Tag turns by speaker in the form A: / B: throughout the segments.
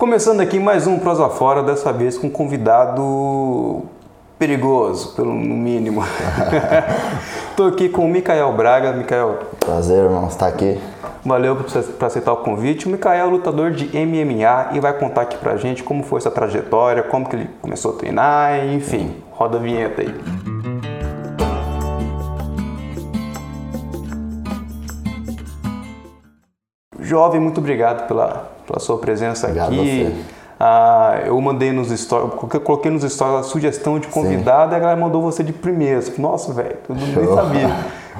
A: Começando aqui mais um Prosa Fora, dessa vez com um convidado perigoso, pelo no mínimo. Estou aqui com o Mikael Braga. Mikael,
B: Prazer, irmão, estar aqui.
A: valeu por aceitar o convite. O Mikael é lutador de MMA e vai contar aqui pra gente como foi essa trajetória, como que ele começou a treinar, enfim. Roda a vinheta aí. Jovem, muito obrigado pela, pela sua presença
B: Obrigado
A: aqui.
B: a você.
A: Ah, eu mandei nos stories, eu coloquei nos stories a sugestão de convidado e a galera mandou você de primeiro. Eu falei, Nossa, velho, todo mundo nem
B: Show.
A: sabia.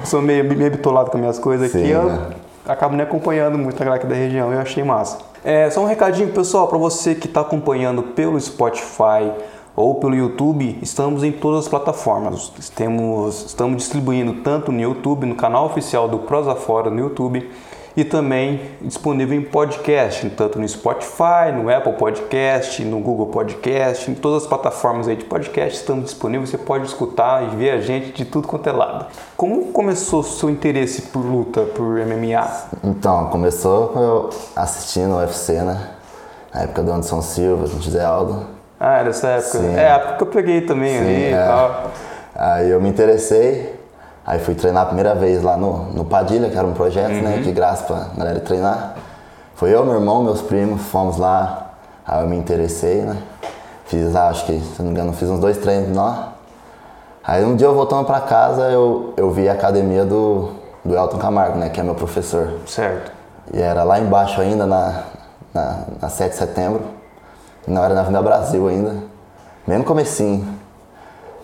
A: Eu sou meio, meio bitolado com as minhas coisas aqui,
B: Sim,
A: eu
B: né?
A: acabo nem acompanhando muito a galera aqui da região, eu achei massa. É, só um recadinho, pessoal, para você que está acompanhando pelo Spotify ou pelo YouTube, estamos em todas as plataformas. Temos, estamos distribuindo tanto no YouTube, no canal oficial do Prosa Fora no YouTube, e também disponível em podcast, tanto no Spotify, no Apple Podcast, no Google Podcast, em todas as plataformas aí de podcast estamos disponíveis, você pode escutar e ver a gente de tudo quanto é lado. Como começou o seu interesse por luta, por MMA?
B: Então, começou eu assistindo o UFC, né? Na época do Anderson Silva, do José Aldo.
A: Ah, era essa época?
B: Sim.
A: É a época que eu peguei também ali e
B: é.
A: tal.
B: Aí eu me interessei, aí fui treinar a primeira vez lá no, no Padilha, que era um projeto, né? De graça pra galera treinar. Foi eu, meu irmão, meus primos, fomos lá. Aí eu me interessei, né? Fiz lá, acho que, se não me engano, fiz uns dois treinos lá. Aí um dia eu voltando pra casa, eu, eu vi a academia do, do Elton Camargo, né? Que é meu professor.
A: Certo.
B: E era lá embaixo ainda, na, na, na 7 de setembro. Não era na Avenida Brasil ainda. Bem no comecinho.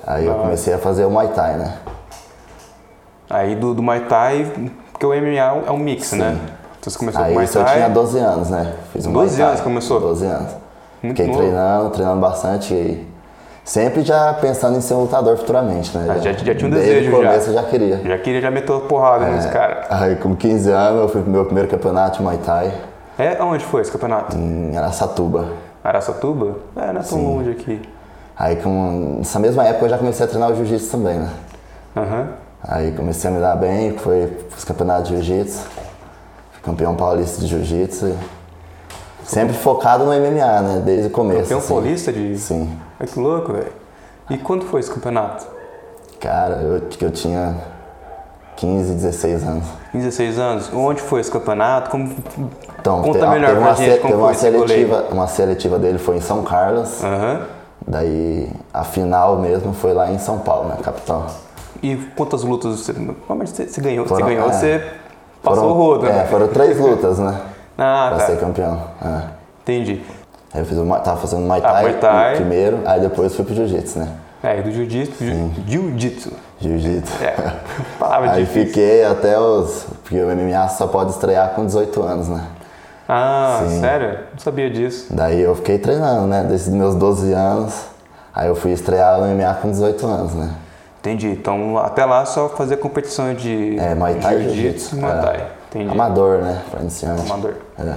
B: Aí
A: Ah.
B: eu comecei a fazer o Muay Thai, né?
A: Aí do, do Muay Thai, porque o MMA é um- é um mix, né? Então você começou com
B: Aí
A: Muay
B: isso eu tinha
A: Thai.
B: 12 anos, né? Fiz o
A: 12
B: Muay Thai.
A: anos começou?
B: 12 anos.
A: Muito
B: Fiquei
A: novo.
B: treinando, treinando bastante e sempre já pensando em ser um lutador futuramente, né?
A: Ah, já- já tinha um
B: Desde
A: desejo, já.
B: o começo eu já queria.
A: Já queria, já meteu a porrada nos
B: É,
A: caras.
B: Aí com 15 anos eu fui pro meu primeiro campeonato de Muay Thai
A: É, onde foi esse campeonato?
B: em Araçatuba.
A: Araçatuba? É, não é tão longe aqui.
B: Aí com, nessa mesma época eu já comecei a treinar o Jiu-Jitsu também, né?
A: Aham.
B: Aí comecei a me dar bem, foi pros campeonatos de jiu-jitsu, fui campeão paulista de jiu-jitsu. Sempre focado no MMA, né? Desde o começo.
A: Tem um
B: assim.
A: paulista de.
B: Sim.
A: Ai, que louco, velho. E quando foi esse campeonato?
B: Cara, eu, eu tinha 15, 16 anos.
A: 16 anos? Onde foi esse campeonato? Como...
B: Então,
A: Conta
B: te- ah,
A: melhor
B: teve
A: pra
B: uma,
A: gente
B: se-
A: como
B: teve
A: foi
B: uma
A: esse goleiro.
B: seletiva, uma seletiva dele foi em São Carlos.
A: Aham.
B: Daí a final mesmo foi lá em São Paulo, né, na capital.
A: E quantas lutas você. Normalmente você, você ganhou.
B: Foram-
A: você ganhou,
B: é.
A: você passou o rodo,
B: É,
A: né?
B: foram três lutas, né?
A: Ah,
B: pra
A: tá.
B: ser campeão. É.
A: Entendi.
B: Aí eu fiz o, Muay- tava fazendo Muay
A: Ah,
B: Thai,
A: Muay Thai.
B: primeiro, aí depois fui pro Jiu-Jitsu, né?
A: É, e do jiu-jitsu. jiu- Jiu-jitsu.
B: Jiu-Jitsu.
A: É. Palavra
B: Aí
A: difícil.
B: fiquei até os. Porque o MMA só pode estrear com 18 anos, né?
A: Ah,
B: Sim.
A: sério? Não sabia disso.
B: Daí eu fiquei treinando, né? Desses meus 12 anos. Aí eu fui estrear o MMA com 18 anos, né?
A: Entendi. Então até lá só fazer competição de
B: É, Muay Thai e
A: jiu-jitsu e Muay
B: É.
A: Thai. Entendi.
B: Amador, né? Pra iniciante.
A: Amador.
B: É.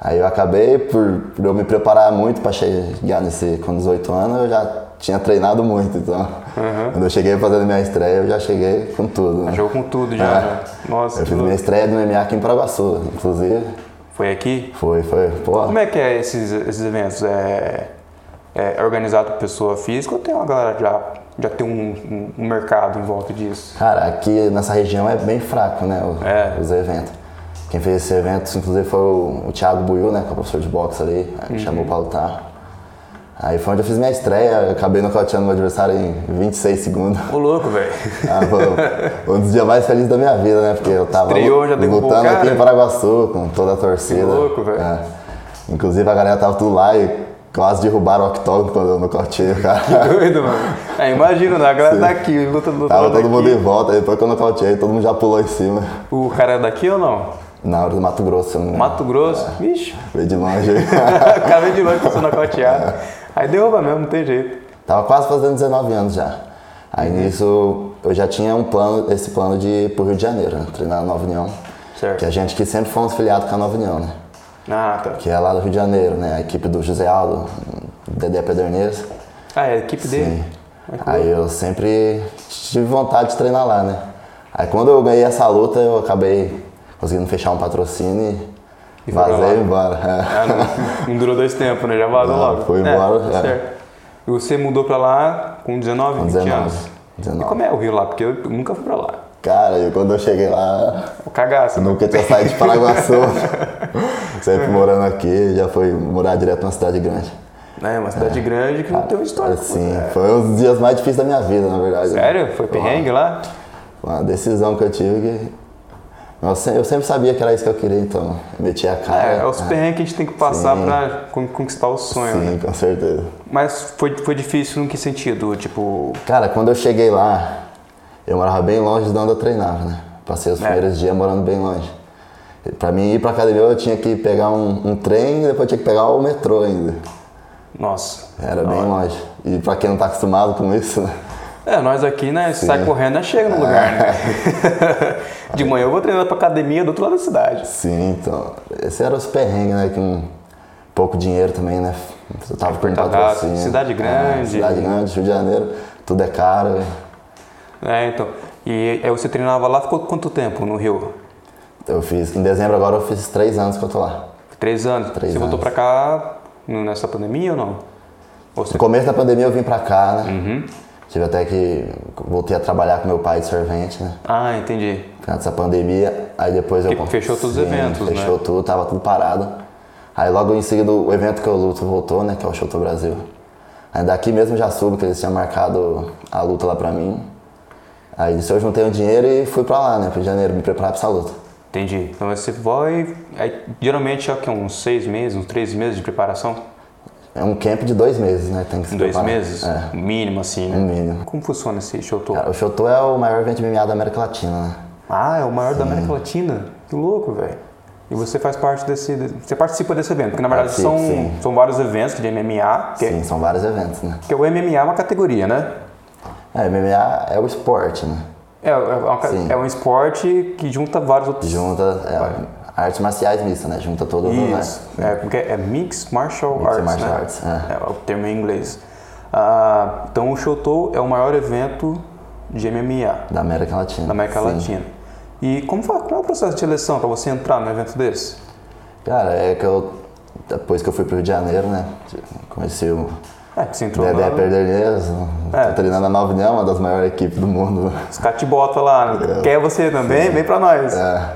B: Aí eu acabei, por, por eu me preparar muito pra chegar nesse. Com 18 anos, eu já tinha treinado muito, então. Quando eu cheguei fazendo minha estreia, eu já cheguei com tudo. Né?
A: Jogou com tudo já.
B: É.
A: né? Nossa,
B: Eu
A: que
B: fiz minha
A: louco.
B: estreia do MMA aqui em Pragaçu, inclusive.
A: Foi aqui?
B: Foi, foi. Pô,
A: Como é que é esses, esses eventos? É, é organizado por pessoa física ou tem uma galera que já, já tem um, um- um mercado em volta disso?
B: Cara, aqui nessa região é bem fraco, né? o-
A: É.
B: Os eventos. Quem fez esse evento, inclusive, foi o, o Thiago Buiu, né? Que é o professor de boxe ali, que
A: Uhum.
B: chamou pra lutar. Aí foi onde eu fiz minha estreia, eu acabei nocauteando meu adversário em 26 segundos.
A: É. Ô louco, velho.
B: Ah, foi um dos dias mais felizes da minha vida, né? Porque eu tava
A: Estreou, já derrubou o
B: lutando
A: cara.
B: aqui em Paraguaçu com toda a torcida.
A: Que louco, velho.
B: É. Inclusive a galera tava tudo lá e quase derrubaram o octógono quando eu nocauteei o cara.
A: Doido, mano. É, imagina, né? a galera daqui, luta do
B: Tava
A: lutador
B: todo
A: daqui.
B: mundo em volta, aí depois que eu nocauteei, todo mundo já pulou em cima.
A: O cara é daqui ou não?
B: Na hora do Mato Grosso, né? eu não
A: Mato Grosso?
B: É.
A: Vixe,
B: veio de longe.
A: o cara vem de longe passando a coteada. Aí derruba mesmo, não tem jeito.
B: Tava quase fazendo 19 anos já. Aí nisso eu já tinha um plano, esse plano de ir pro Rio de Janeiro, né? treinar na Nova União.
A: Certo.
B: Que a gente que sempre fomos filiados com a Nova União, né?
A: Ah, tá.
B: Que é lá do Rio de Janeiro, né? A equipe do José Aldo, Dedé Pederneiros.
A: Ah, é a equipe dele?
B: Aí eu sempre tive vontade de treinar lá, né? Aí quando eu ganhei essa luta, eu acabei conseguindo fechar um patrocínio e
A: E foi pra lá.
B: Vazei e embora. É,
A: Ah, não, não durou dois tempos, né? Já vazou
B: Não,
A: logo.
B: foi embora,
A: tá
B: já.
A: certo. E você mudou pra lá com 19, 20 anos.
B: 19.
A: E
B: 19.
A: como é o Rio lá? Porque eu nunca fui pra lá.
B: Cara, e quando eu cheguei lá,
A: O cagaço.
B: eu nunca tinha saído de Paraguaçu. Sempre morando aqui, já fui morar direto numa cidade grande.
A: É uma cidade grande que não tem um histórico.
B: Assim,
A: né?
B: foi um dos dias mais difíceis da minha vida, na verdade.
A: Sério? Foi perrengue lá?
B: Foi uma decisão que eu tive que. Eu se- eu sempre sabia que era isso que eu queria, então meti a cara.
A: É, é os perrengues que a gente tem que passar
B: Sim.
A: pra con- conquistar o sonho, né?
B: Sim, com certeza.
A: Mas foi, foi difícil em que sentido? Tipo,
B: Cara, quando eu cheguei lá, eu morava bem longe de onde eu treinava, né? Passei
A: É.
B: os primeiros dias morando bem longe. E Pra mim ir pra academia eu tinha que pegar um, um trem e depois tinha que pegar o metrô ainda.
A: nossa.
B: Era bem longe. E pra quem não tá acostumado com isso, né?
A: É, nós aqui, né, sai correndo, né, chega no lugar, né? De manhã eu vou treinar pra academia do outro lado da cidade.
B: Sim, então. Esse era os perrengues, né? Com pouco dinheiro também, né? Eu tava com
A: Apertadaço,
B: patrocínio.
A: cidade grande.
B: É, cidade grande, Rio de Janeiro, tudo é caro.
A: É, então. E aí você treinava lá, ficou quanto tempo no Rio?
B: Eu fiz. Em dezembro agora eu fiz três anos que eu tô lá.
A: Três anos.
B: Três
A: você voltou pra
B: anos.
A: cá no- nessa pandemia ou não? Ou você...
B: No começo da pandemia eu vim pra cá, né?
A: Uhum.
B: Tive até que. Voltei a trabalhar com meu pai de servente, né?
A: Ah, entendi.
B: Por causa dessa pandemia. Aí depois eu.
A: Que fechou todos os eventos, né?
B: Fechou tudo, tava tudo parado. Aí logo em seguida o evento que eu luto voltou, né? Que é o Show do Brasil. Aí daqui mesmo já soube que eles tinham marcado a luta lá pra mim. Aí disso eu juntei um dinheiro e fui pra lá, né? Pro Rio de Janeiro, me preparar pra essa luta.
A: Entendi. Então você vai. Aí, geralmente é o quê? Uns seis meses, uns três meses de preparação?
B: É um camp de dois meses, né? Tem que se
A: Dois
B: preparar.
A: meses?
B: É,
A: Mínimo, assim,
B: no
A: né?
B: mínimo.
A: Como funciona esse show todo?
B: Cara, o Show é o maior evento de MMA da América Latina, né?
A: Ah, é o maior da América Latina? Que louco, velho. E você faz parte desse. de- Você participa desse evento, porque na verdade
B: Participo,
A: são,
B: sim.
A: são vários eventos de MMA, que, é,
B: Sim, são vários eventos, né?
A: que o MMA é uma categoria, né?
B: É, MMA é o esporte, né?
A: É, é, uma ca-
B: Sim.
A: é um esporte que junta vários outros.
B: Junta é, artes marciais mistas, né? Junta todas
A: Isso.
B: as
A: É, porque é Mixed Martial
B: Mixed
A: Arts.
B: Martial
A: né?
B: Arts, é.
A: o termo em inglês. Ah, então o Shoto é o maior evento de MMA
B: da América Latina.
A: da América
B: Sim.
A: Latina. E como, fa- como é o processo de seleção para você entrar num evento desse?
B: Cara, é que eu. Depois que eu fui pro Rio de Janeiro, né? Conheci o
A: É, que você entrou
B: Dedé
A: lá,
B: Perderneiras.
A: É.
B: Tô treinando a 9 Neon, uma das maiores equipes do mundo.
A: os caras te botam lá, né? quer você também, vem para nós.
B: É.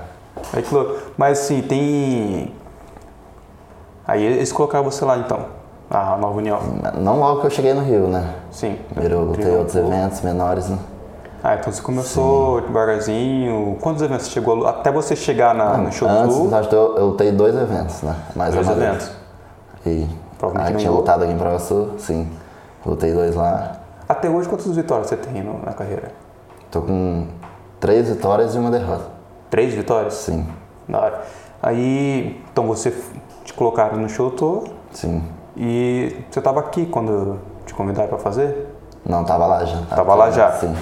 A: Aí que louco. Mas assim, tem... Aí eles colocaram você lá então, a Nova União.
B: Não logo que eu cheguei no Rio, né?
A: Sim.
B: Primeiro eu tenho outros eventos menores, né?
A: Ah, então você começou devagarzinho. Quantos eventos você chegou a lu- até você chegar na, no show
B: Ah, Antes,
A: do
B: acho que eu, eu tenho dois eventos, né? Mais
A: dois
B: amador.
A: eventos?
B: E
A: Provavelmente
B: aí tinha
A: não-
B: lutado aqui em Prova Sul, sim. Lutei dois lá.
A: Até hoje, quantas vitórias você tem no- na carreira?
B: Tô com três vitórias e uma derrota.
A: Três vitórias?
B: Sim,
A: Da hora. Aí, então você f- te colocaram no show do
B: sim.
A: e você tava aqui quando te convidaram pra fazer?
B: Não, tava lá já.
A: Tava lá já.
B: Sim.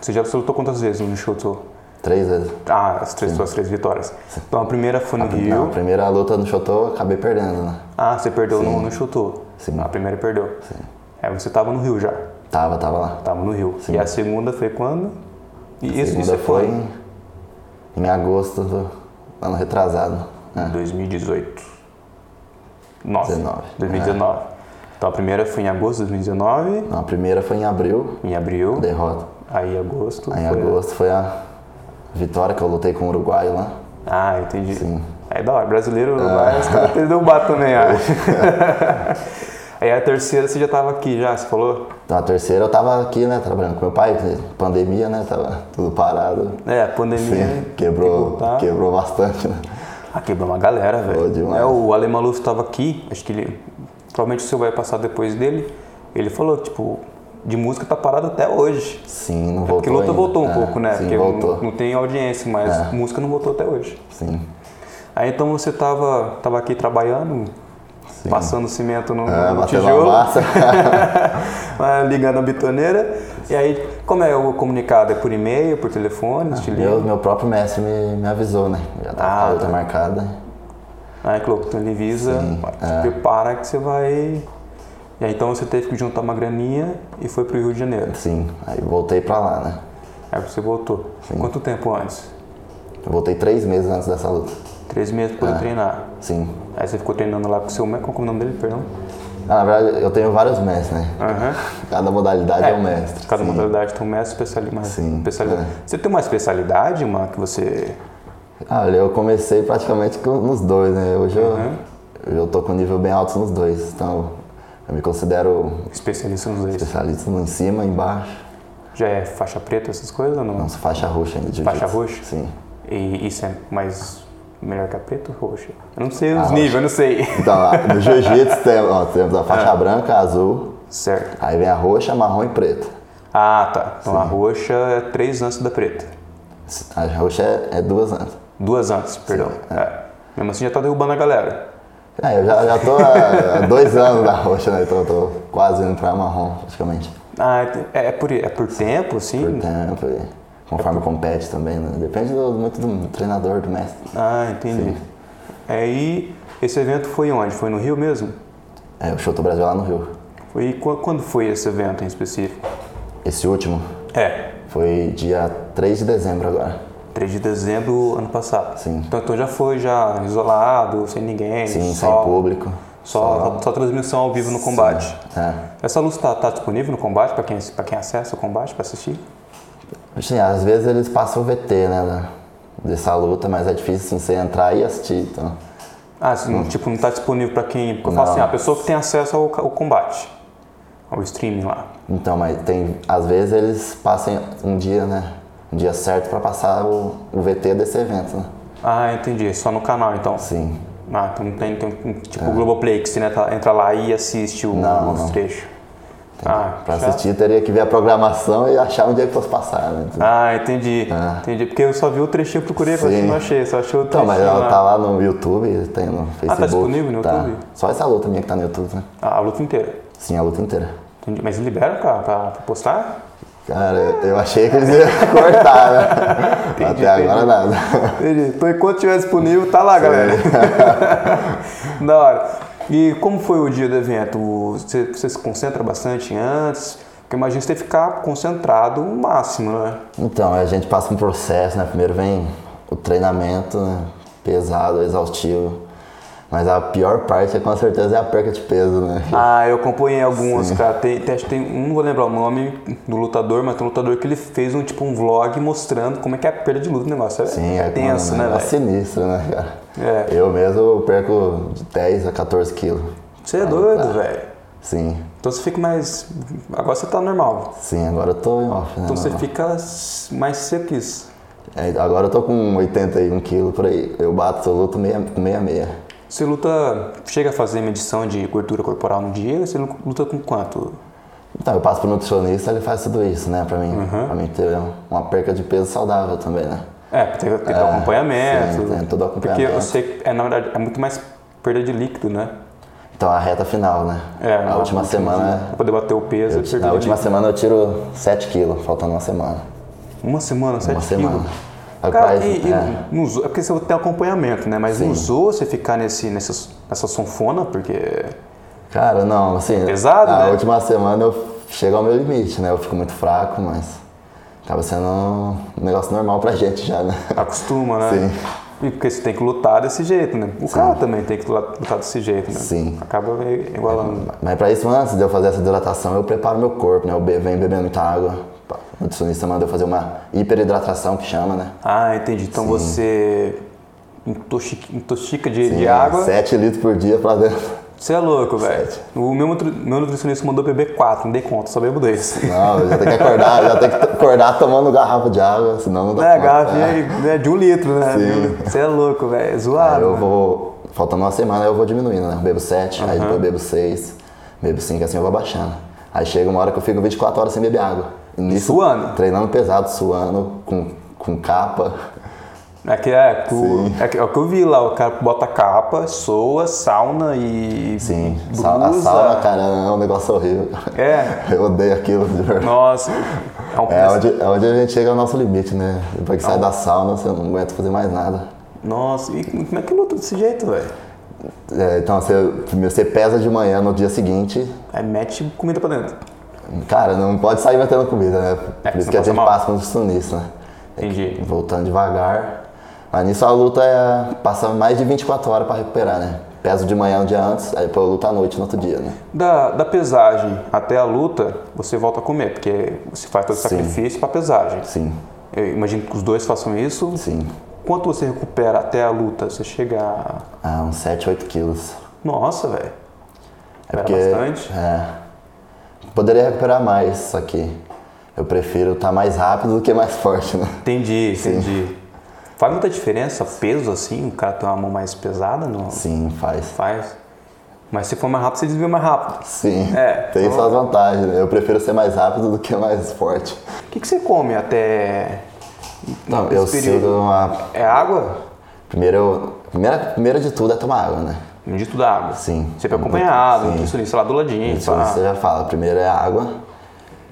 A: Você já lutou quantas vezes no show do?
B: Três vezes.
A: Ah, as três, suas três vitórias. Então a primeira foi no Rio.
B: Não, a primeira luta no Chotô, eu acabei perdendo, né?
A: Ah, você perdeu no, no chutou.
B: Sim.
A: A primeira perdeu. Sim. Aí você tava no Rio já.
B: Tava, tava lá.
A: Tava no Rio. E a segunda foi quando? E isso,
B: Segunda
A: isso foi em
B: em, em agosto do ano retrasado. É,
A: 2018. Nossa.
B: 19.
A: 2019.
B: É.
A: Então a primeira foi em agosto de 2019,
B: Não, a primeira foi em abril,
A: em abril.
B: derrota.
A: Aí agosto.
B: Aí em
A: foi- né?
B: agosto foi a vitória que eu lutei com o Uruguai lá.
A: Ah, entendi.
B: Sim. É.
A: Aí da hora, brasileiro, uruguaio, os caras perderam o bato também, acho. né, Aí a terceira você já tava aqui já, você falou?
B: Então a terceira eu tava aqui, né, trabalhando com meu pai, que pandemia, né, tava tudo parado.
A: É, pandemia.
B: Sim, quebrou,
A: voltar.
B: quebrou bastante, né?
A: Ah, quebrou uma galera,
B: Pô,
A: velho.
B: demais.
A: É, o Alemão Luf estava aqui, acho que ele. Provavelmente o senhor vai passar depois dele. Ele falou, tipo, de música tá parado até hoje.
B: Sim, não
A: Porque
B: voltou
A: luta
B: ainda.
A: voltou um
B: É,
A: pouco, né?
B: Sim,
A: Porque
B: voltou. É.
A: Não, não tem audiência, mas música não voltou até hoje.
B: Sim.
A: Aí então você tava, tava aqui trabalhando, passando cimento no,
B: É,
A: no
B: bateu na
A: tijolo,
B: massa.
A: ah, ligando a bitoneira. E aí, como é o comunicado? É por e-mail, por telefone? te liga?
B: Meu, meu próprio mestre me, me avisou, né? Já tava
A: Ah,
B: com a luta
A: tá.
B: marcada.
A: Aí, Cloco, tu avisa, te prepara que você vai. E aí, então você teve que juntar uma graninha e foi pro Rio de Janeiro. É,
B: Sim, aí voltei pra lá, né?
A: Aí você voltou. Quanto tempo antes?
B: Eu voltei três meses antes dessa luta.
A: Três meses pra poder treinar.
B: Sim.
A: Aí você ficou treinando lá com o seu médico, qual que é o nome dele, perdão?
B: Ah, na verdade, eu tenho vários mestres, né?
A: Aham.
B: Cada modalidade é, um mestre.
A: Cada
B: sim.
A: modalidade tem um mestre especiali- uma
B: Sim,
A: especialidade. Você tem uma especialidade, uma que você.
B: Ah, Olha, eu comecei praticamente com- nos dois, né? Hoje eu,
A: Uhum.
B: hoje eu tô com um nível bem alto nos dois. Então, eu me considero
A: Especialista nos dois.
B: especialista em cima, embaixo.
A: Já é faixa preta, essas coisas ou não?
B: Não, sou faixa roxa ainda. de
A: Faixa
B: jiu-jitsu.
A: roxa?
B: Sim.
A: E isso é mais. Melhor que a preta ou roxa? Eu não sei os
B: roxa.
A: níveis, eu não sei.
B: Então, lá, no jiu-jitsu tem- ó, temos a
A: É.
B: faixa branca, a azul,
A: Certo.
B: aí vem a roxa, marrom e preta.
A: Ah, tá. Então a roxa é três antes da preta.
B: A roxa é, é duas antes.
A: Duas antes, perdão. É. Mesmo assim já tá derrubando a galera.
B: Ah, eu já, já tô há há dois anos na roxa, né? Então eu tô quase indo pra marrom, praticamente.
A: Ah, é, é por, é por tempo, assim?
B: Por tempo, e conforme compete também, né? Depende do- muito do treinador, do mestre.
A: Ah, entendi. Aí, esse evento foi onde? Foi no Rio mesmo?
B: É, o show do Brasil lá no Rio.
A: Foi qu- quando foi esse evento em específico?
B: Esse último
A: É,
B: foi dia 3 de dezembro agora.
A: 3 de dezembro ano passado.
B: Sim.
A: Então, então já foi já isolado, sem ninguém,
B: Sim,
A: só,
B: sem público.
A: Só, só transmissão ao vivo no combate.
B: É.
A: Essa luz tá, tá disponível no combate para quem, pra quem acessa o combate para assistir?
B: Assim, às vezes eles passam o VT, né? da- Dessa luta, mas é difícil assim, você entrar e assistir. Então.
A: Ah, assim, tipo, não tá disponível para quem. Eu falo
B: Não.
A: assim, a pessoa que tem acesso ao, ca- ao combate, ao streaming lá.
B: Então, mas tem. Às vezes eles passam um dia, né? Um dia certo pra passar o, o VT desse evento, né?
A: Ah, entendi. Só no canal então.
B: Sim.
A: Ah, então não tem, tem um- tipo o Globoplay que você né, tá- entra lá e assiste o,
B: É. Não,
A: os
B: não.
A: trechos. Ah,
B: Pra
A: já-
B: assistir teria que ver a programação e achar um dia que fosse passar, né? Então,
A: Ah, entendi. Entendi. Porque eu só vi o trechinho, procurei, mas
B: É. Sim.
A: não achei. Só achei o trechinho.
B: mas ela
A: lá. Ah,
B: tá lá no YouTube, tem no Facebook.
A: disponível no
B: tá.
A: YouTube?
B: Só essa luta minha que tá no YouTube, né?
A: Ah, a luta inteira.
B: Sim, a luta inteira.
A: Entendi. Mas libera pra, pra, pra postar?
B: Cara,
A: Ah.
B: eu achei que eles iam cortar, né? Até agora nada.
A: Entendi. Então enquanto estiver disponível, tá lá, galera. da hora. E como foi o dia do evento? Você, você se concentra bastante antes? Porque imagina você ficar concentrado o máximo, né?
B: Então, a gente passa um processo, né? Primeiro vem o treinamento, né? Pesado, exaustivo. Mas a pior parte, é, com certeza, é a perca de peso, né?
A: Ah, eu acompanhei alguns, cara. Tem, tem, acho que tem um, não vou lembrar o nome do lutador, mas tem um lutador que ele fez um tipo um vlog mostrando como é que é a perda de luta do negócio. É,
B: Sim,
A: é tenso,
B: mano,
A: né,
B: É
A: velho?
B: sinistro, né, cara?
A: É.
B: Eu mesmo perco de 10 a 14 quilos.
A: Você é doido,
B: tá.
A: velho.
B: Sim,
A: Então você fica mais. Agora você tá normal.
B: sim, agora eu tô em off, né?
A: Então você
B: mano?
A: fica s- mais seco que isso.
B: É, agora eu tô com 81 quilos por aí. Eu bato, eu luto meia, com meia meia.
A: Você luta. Chega a fazer medição de gordura corporal no dia? Você lu- luta com quanto?
B: Então, eu passo pro nutricionista, ele faz tudo isso, né? Pra mim, pra mim ter uma perca de peso saudável também, né?
A: É, tem, tem que ter acompanhamento.
B: sim, tem todo
A: Porque eu
B: acompanhamento.
A: sei que é, na verdade, é muito mais perda de líquido, né?
B: Então, a reta final, né?
A: É, né?
B: a última semana,
A: Pra poder bater o peso e
B: É. eu,
A: perder
B: na
A: de
B: última
A: líquido.
B: semana eu tiro 7 quilos, faltando uma semana.
A: Uma semana, sete
B: Uma
A: quilos.
B: semana.
A: Cara,
B: Rapaz,
A: e, e
B: é.
A: no zoo- é porque você tem acompanhamento, né? Mas no zoo você ficar nesse, nessa, nessa sonfona, porque.
B: Cara, não, assim.
A: Pesado,
B: na
A: né?
B: última semana eu chego ao meu limite, né? Eu fico muito fraco, mas. Acaba sendo um negócio normal pra gente já, né?
A: Acostuma, né? Sim. E porque você tem que lutar desse jeito, né? O cara também tem que lutar desse jeito, né?
B: Sim.
A: Acaba igualando.
B: Mas pra isso, antes de eu fazer essa hidratação, eu preparo meu corpo, né? Eu be- venho bebendo muita água. O nutricionista manda eu fazer uma hiperidratação, que chama, né?
A: Ah, entendi. Então você intoxica, intoxica de, de água.
B: 7 litros por dia pra dentro.
A: Você é louco, velho.
B: Sete.
A: O meu, nutri- meu nutricionista mandou beber quatro, não dei conta, só bebo dois.
B: Não, eu já tem que acordar, já tem que acordar tomando garrafa de água, senão não dá
A: É, a
B: conta.
A: garrafinha é de um litro, né? Você é louco, velho. Zoado.
B: Eu
A: né?
B: vou. Faltando uma semana eu vou diminuindo, né? Eu bebo 7, aí depois eu bebo 6, bebo 5, assim eu vou baixando. Aí chega uma hora que eu fico 24 horas sem beber água. E Nisso,
A: Suando?
B: Treinando pesado, suando, com, com capa.
A: É que é, cu- é, que, é o que eu vi lá, o cara bota capa, soa, sauna e.
B: Sim.
A: blusa.
B: Sa- A sauna, cara, é um negócio horrível.
A: É.
B: Eu odeio aquilo, de verdade.
A: Nossa. É um
B: É onde, é onde a gente chega ao nosso limite, né? Depois que sai da sauna, você não aguenta fazer mais nada.
A: Nossa, e como é que luta desse jeito, velho?
B: É, então, você, primeiro você pesa de manhã no dia seguinte,
A: Aí mete comida pra dentro.
B: Cara, não pode sair metendo comida, né?
A: É,
B: Por
A: não
B: isso que a
A: passa
B: gente
A: mal.
B: passa muito susto nisso, né?
A: Entendi.
B: Voltando devagar. Mas nisso a luta é, passa mais de 24 horas pra recuperar, né? Peso de manhã um dia antes, aí depois eu luto à noite no outro dia, né?
A: Da, da pesagem até a luta, você volta a comer, porque você faz todo o
B: Sim.
A: sacrifício para pesagem.
B: Sim,
A: Eu imagino que os dois façam isso.
B: sim.
A: Quanto você recupera até a luta? Você chega a...
B: Ah, uns 7, 8 quilos.
A: Nossa, velho.
B: É
A: Era
B: porque,
A: bastante?
B: É. Poderia recuperar mais, só que eu prefiro estar mais rápido do que mais forte, né?
A: Entendi, entendi. Faz muita diferença peso assim? O cara tem uma mão mais pesada? Não
B: Sim, faz.
A: faz? Mas se for mais rápido, você desvia mais rápido.
B: Sim.
A: É,
B: Tem
A: então-
B: suas vantagens, né? Eu prefiro ser mais rápido do que mais forte.
A: O que, que você come até.
B: Não,
A: nesse
B: eu
A: período?
B: sigo uma.
A: É água?
B: Primeiro, eu- primeira, primeira de tudo é tomar água, né?
A: De tudo é água.
B: Sim.
A: Sempre acompanhado,
B: Sim.
A: nutricionista lá do ladinho.
B: Isso
A: pá.
B: você já fala. Primeiro é água.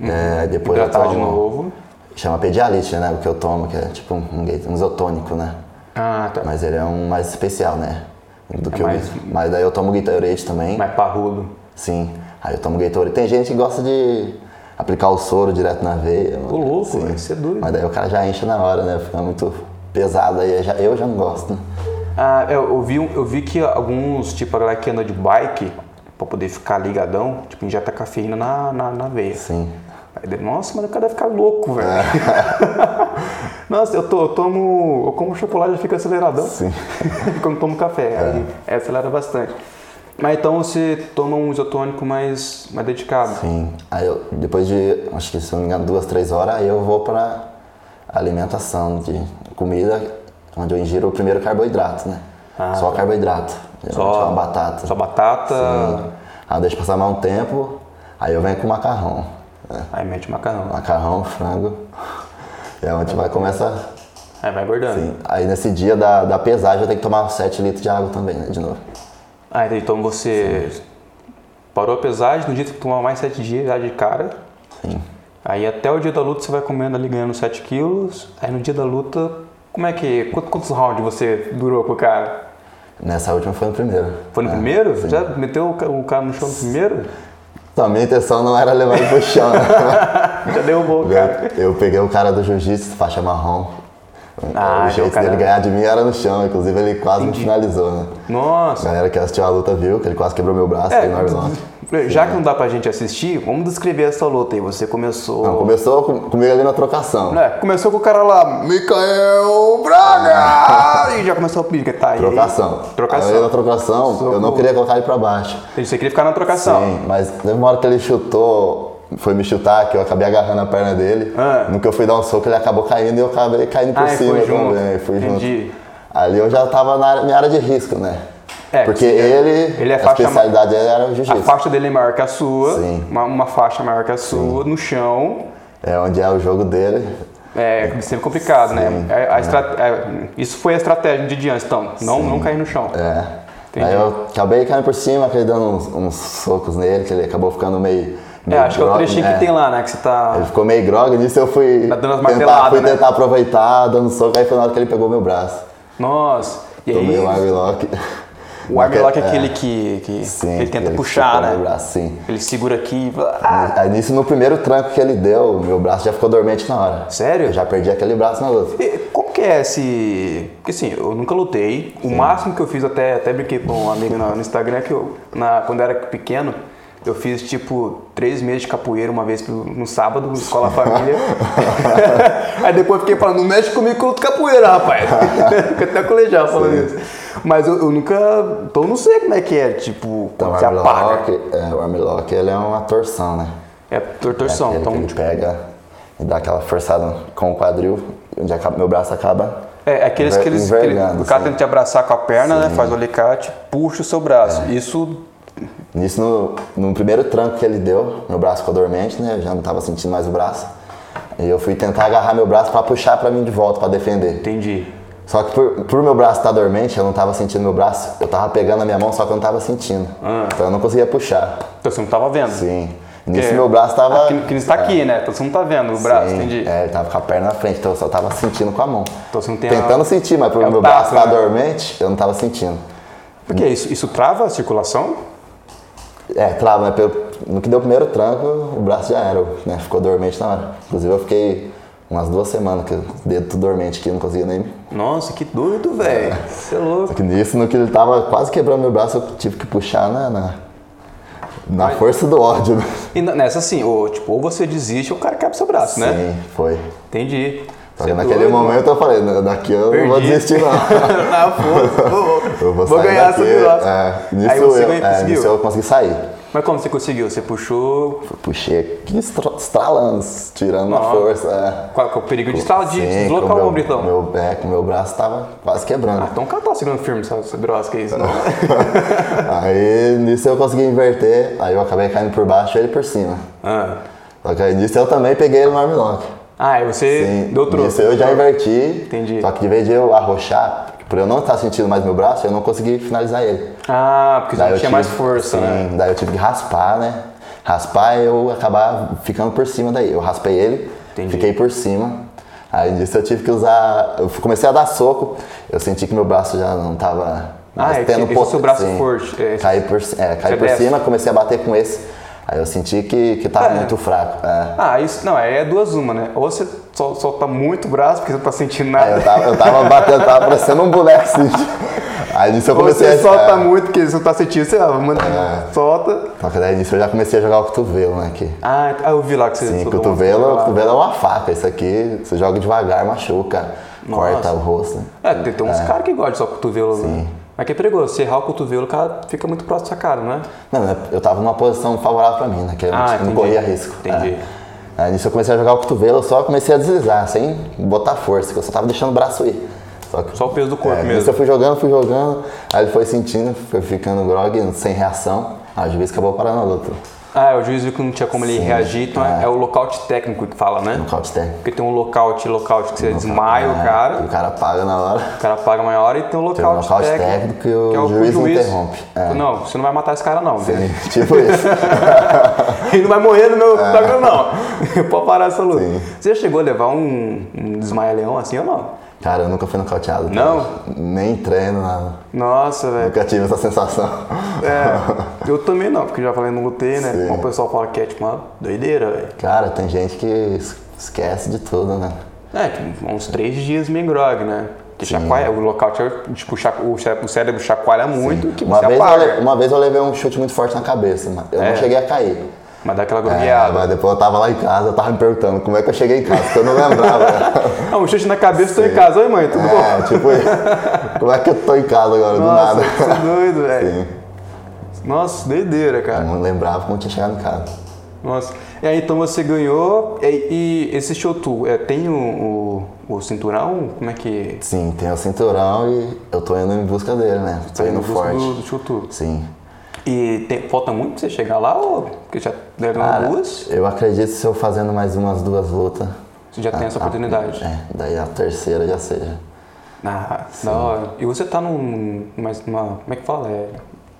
B: É, depois eu
A: Uhum. hidratar de
B: tomo.
A: novo.
B: Chama pedialite, né? O que eu tomo, que é tipo um, um isotônico, né?
A: Ah, tá.
B: Mas ele é um mais especial, né? Do que
A: É mais-
B: o. Mas daí eu tomo Gatorade também.
A: Mais parrudo.
B: Sim. Aí eu tomo Gatorade. Tem gente que gosta de aplicar o soro direto na veia.
A: Ô louco, velho, você é doido.
B: Mas daí o cara já enche na hora, né? Fica muito pesado aí. Eu já, eu já não gosto, né?
A: Ah, é, eu, vi, um- eu vi que alguns, tipo, a galera que anda de bike, pra poder ficar ligadão, tipo, injeta cafeína na, na, na veia.
B: Sim.
A: Aí dele, Nossa, mas o cara deve ficar louco, velho. Nossa, eu, to- eu tomo. Eu como chocolate e fico aceleradão.
B: Sim.
A: Quando tomo café, aí é, acelera bastante. Mas então você toma um isotônico mais, mais dedicado.
B: Sim. Aí eu, depois de, acho que se eu não me engano, duas, três horas, aí eu vou pra alimentação de comida, onde eu ingiro o primeiro carboidrato, né? Só carboidrato. Geralmente é uma batata.
A: Ah, tá.
B: Ah,
A: Só batata.
B: Aí eu deixo passar mais um tempo, aí eu venho com macarrão. né?
A: Aí mete macarrão.
B: Macarrão, frango. E aí a gente vai começar.
A: Aí vai engordando.
B: Sim. Aí nesse dia da, da pesagem eu tenho que tomar 7 litros de água também, né? De novo.
A: Ah, entendi. então você parou a pesagem, no dia que tomar mais 7 dias já de cara.
B: Sim.
A: Aí até o dia da luta você vai comendo ali ganhando 7 quilos. Aí no dia da luta, como é que. Quantos, quantos rounds você durou com o cara?
B: Nessa última foi no primeiro.
A: Foi no
B: né?
A: primeiro? Já meteu o ca- o cara no chão no primeiro?
B: Então, a minha intenção não era levar ele pro chão, né?
A: Já derrubou o cara.
B: Eu, eu peguei o cara do jiu-jitsu, faixa marrom.
A: Ah,
B: o jeito
A: então, cara-
B: dele ganhar de mim era no chão, inclusive ele quase me finalizou, né? A
A: Nossa.
B: galera que assistiu a luta viu que ele quase quebrou meu braço
A: É,
B: aí no Arlong.
A: já que não dá pra gente assistir, vamos descrever essa luta aí. Você começou.
B: Não, começou com- comigo ali na trocação.
A: É, começou com o cara lá, Micael Braga! e já começou a pica, tá aí.
B: Trocação. Aí eu
A: Trocação.
B: na trocação, eu não queria colocar ele pra baixo.
A: Entendi, Você queria ficar na trocação.
B: Sim, mas teve uma hora que ele chutou, foi me chutar, que eu acabei agarrando a perna dele.
A: Ah.
B: No que eu fui dar um soco, ele acabou caindo e eu acabei caindo por
A: Ah, e foi
B: cima
A: junto.
B: também. Fui
A: Entendi.
B: junto. Ali eu já tava na área- minha área de risco, né?
A: É,
B: Porque
A: sim, é.
B: ele,
A: Ele é
B: a
A: faixa-
B: especialidade dele era o
A: A
B: jiu-jitsu.
A: faixa dele é maior que a sua,
B: Sim.
A: uma, uma faixa maior que a sua, no chão.
B: É onde é o jogo dele.
A: É sempre complicado, né? É, a estrate- é, isso foi a estratégia de diante, então. Não, não cair no chão.
B: É.
A: Entendi.
B: Aí eu acabei caindo por cima, acabei dando uns, uns socos nele, que ele acabou ficando meio.
A: É,
B: meio
A: acho que é o
B: gro-
A: trechinho
B: é.
A: que tem lá, né? Que você
B: Ele
A: tá.
B: ficou meio grogue, nisso eu fui
A: Tá dando as
B: tentar,
A: marteladas,
B: fui
A: né?
B: tentar aproveitar, dando um soco, aí foi na hora que ele pegou meu braço.
A: Nossa! E
B: É. Tomei o
A: aí,
B: armlock.
A: o armlock é
B: É,
A: aquele que, que
B: sim,
A: ele tenta
B: ficou
A: puxar,
B: Meu
A: né?
B: braço, sim.
A: Ele segura aqui e.
B: Aí nisso, no primeiro tranco que ele deu, meu braço já ficou dormente na hora.
A: Sério?
B: Eu já perdi aquele braço na luta.
A: E Qual que é esse. Porque assim, eu nunca lutei. O máximo que eu fiz, até, até brinquei com um amigo na- no Instagram, é que eu, na, quando eu era pequeno, eu fiz tipo três meses de capoeira uma vez pro- no sábado, na escola família. Aí depois eu fiquei falando, não mexe comigo que eu luto capoeira, rapaz. Fiquei até colegial falando isso. Mas eu, eu nunca. Então eu não sei como é que é, tipo,
B: Então,
A: quando
B: o
A: você apaga.
B: armlock, é, o armlock, ele é uma torção, né?
A: É tor- torção.
B: Ele,
A: então,
B: ele pega e dá aquela forçada com o quadril, onde acaba, meu braço acaba.
A: É, aqueles que
B: Enver-
A: eles. que ele-
B: envergando,
A: o cara
B: sim.
A: tenta te abraçar com a perna, né? Faz o alicate, puxa o seu braço. Isso.
B: Nisso, no, no primeiro tranco que ele deu, meu braço ficou dormente, né? Eu já não tava sentindo mais o braço. E eu fui tentar agarrar meu braço pra puxar pra mim de volta, pra defender.
A: Entendi.
B: Só que por, por meu braço estar dormente, eu não tava sentindo meu braço. Eu tava pegando a minha mão, só que eu não tava sentindo.
A: Ah.
B: Então eu não conseguia puxar.
A: Então você não tava vendo.
B: Sim. Nisso,
A: É.
B: meu braço tava. É.
A: Ah, que, que está aqui, né? Então você não tá vendo o braço,
B: Sim,
A: entendi.
B: É, ele tava com a perna na frente, então eu só tava sentindo com a mão.
A: Então você não tem a-
B: Tentando sentir, mas pro
A: É o
B: meu
A: tato,
B: braço estar
A: né?
B: dormente, eu não tava sentindo.
A: Por que isso? Isso trava a circulação?
B: É, trava, né? Pelo- No que deu o primeiro tranco, o braço já era, né? Ficou dormente na hora. Inclusive eu fiquei umas duas semanas, que o dedo tudo dormente aqui, não conseguia nem.
A: Nossa, que doido, velho. Você é
B: Só
A: louco.
B: que nisso, no que ele tava quase quebrando meu braço, eu tive que puxar na. na, na
A: Mas-
B: força do ódio. né?
A: E na- nessa assim, ou, tipo, ou você desiste ou o cara quebra seu braço, né?
B: Sim, foi.
A: Entendi.
B: Só
A: Cê
B: que
A: é
B: naquele
A: doido,
B: momento eu falei, "Não, daqui eu não vou
A: Perdi.
B: desistir não.
A: não, foda-se, vou,
B: Eu vou, sair
A: ganhar
B: daqui.
A: essa negócio.
B: É, nisso,
A: Aí você
B: eu,
A: ganha-
B: é,
A: conseguiu.
B: nisso eu consegui sair.
A: Mas como você conseguiu? Você puxou
B: Puxei aqui, estra- estralando, tirando
A: Nossa.
B: a força.
A: qual que é o perigo de
B: É.
A: estar de
B: Sim,
A: deslocar
B: com
A: o
B: meu-
A: ombritão?
B: Meu, é, com o meu braço tava quase quebrando.
A: então. Ah, então o cara tá segurando firme essa, é essa brosca aí, senão...
B: Aí nisso eu consegui inverter, aí eu acabei caindo por baixo e ele por cima.
A: ah.
B: Só que aí nisso eu também peguei ele no armlock.
A: ah, aí você
B: Sim,
A: deu troco.
B: Nisso eu já inverti.
A: Entendi.
B: Só que de vez de eu arrochar, por eu não estar sentindo mais meu braço, eu não consegui finalizar ele.
A: Ah, porque você
B: Daí
A: não
B: eu
A: tinha
B: tive-
A: mais força,
B: sim,
A: né?
B: Daí eu tive que raspar, né? Raspar e eu acabar ficando por cima daí. Eu raspei ele,
A: Entendi.
B: fiquei por cima. Aí disso eu tive que usar. Eu comecei a dar soco, eu senti que meu braço já não tava.
A: Ah,
B: mais
A: é que você deixou
B: potência,
A: seu braço forte, é,
B: Caí por, ci- é, caí
A: você
B: por
A: desce.
B: cima, comecei a bater com esse. Aí eu senti que, que tava
A: É.
B: muito fraco. é.
A: Ah, isso não, aí é duas uma, né? Ou você sol- solta muito o braço porque você não tá sentindo
B: Aí É, eu
A: nada.
B: tava, eu tava batendo, tava parecendo um boneco assim. Aí disso eu
A: Ou
B: comecei
A: você solta
B: é.
A: muito porque você não tá sentindo, sei lá, manda, solta.
B: Só que daí disso eu já comecei a jogar o cotovelo, né? Que,
A: Ah, ah, eu vi lá que você
B: Sim,
A: soltou
B: cotovelo,
A: uma-
B: cotovelo é uma faca. Isso aqui, você joga devagar, machuca, corta o rosto.
A: É, tem, tem uns caras que gostam de só cotovelo. Sim. Mas que é perigoso, você errar o cotovelo, o cara fica muito próximo da sua cara, né?
B: Não, né, eu tava numa posição favorável pra mim, né? Que eu
A: Ah,
B: não
A: entendi.
B: corria risco.
A: Entendi.
B: É. Aí nisso eu comecei a jogar o cotovelo, eu só comecei a deslizar, sem botar força, que eu só tava deixando o braço ir. Só, que,
A: Só o peso do corpo
B: é, nisso
A: mesmo.
B: eu fui jogando, fui jogando, aí ele foi sentindo, foi ficando grog, sem reação. Aí o juiz acabou parando a luta.
A: Ah, o juiz viu que não tinha como ele
B: Sim,
A: reagir, então é. é o lockout técnico que fala, né?
B: No técnico.
A: Porque tem um lockout e lockout que você desmaia o
B: E o
A: cara,
B: cara paga na hora.
A: o cara paga maior e tem um lockout, é
B: é. Tem um nocaute técnico e o juiz interrompe. É.
A: Não, você não vai matar esse cara não. velho.
B: tipo isso.
A: Ele não vai morrer no meu octógono não. Pode parar essa luta.
B: É. Sim.
A: Você já chegou a levar um, um desmaia-leão assim ou não?
B: Cara, eu nunca fui nocauteado. tá?
A: Não?
B: Nem treino, nada.
A: Nossa, velho.
B: Nunca tive essa sensação.
A: É, eu também não, porque já falei, não lutei, né?
B: Sim.
A: Como o pessoal fala que é tipo uma doideira, velho.
B: Cara, tem gente que es- esquece de tudo, né?
A: É, tipo, uns três dias meio grog, né? Porque chacoalha, o local, tipo, chaco- o cé- o cérebro chacoalha muito que
B: Uma
A: você
B: vez, eu,
A: apaga.
B: le- uma vez eu levei um chute muito forte na cabeça, mas eu
A: É.
B: não cheguei a cair.
A: Mas dá aquela
B: É,
A: grogueada.
B: mas depois eu tava lá em casa, eu tava me perguntando como é que eu cheguei em casa, porque eu não lembrava.
A: Ah, um chute na cabeça, tô em casa. Oi, mãe, tudo bom?
B: é, tipo isso. Como é que eu tô em casa agora,
A: Nossa,
B: do
A: você
B: nada?
A: é doido, velho.
B: Sim.
A: Nossa, doideira,
B: Eu
A: cara.
B: não lembrava como eu tinha chegado em casa.
A: Nossa. E aí, então você ganhou. é, E, e esse Shotu, é, tem o, o, o cinturão? Como é que.
B: Sim, tem o cinturão e eu tô indo em busca dele, né? Tô indo
A: Busca
B: forte.
A: Do, do Shotu.
B: Sim.
A: E tem- falta muito pra você chegar lá ou. Porque já deram
B: Cara,
A: duas?
B: Eu acredito que se eu fazendo mais umas duas lutas.
A: Você já tem essa oportunidade.
B: tá, É, daí a terceira já seja.
A: Ah, da hora. E você tá num. Mas uma, como é que fala? É,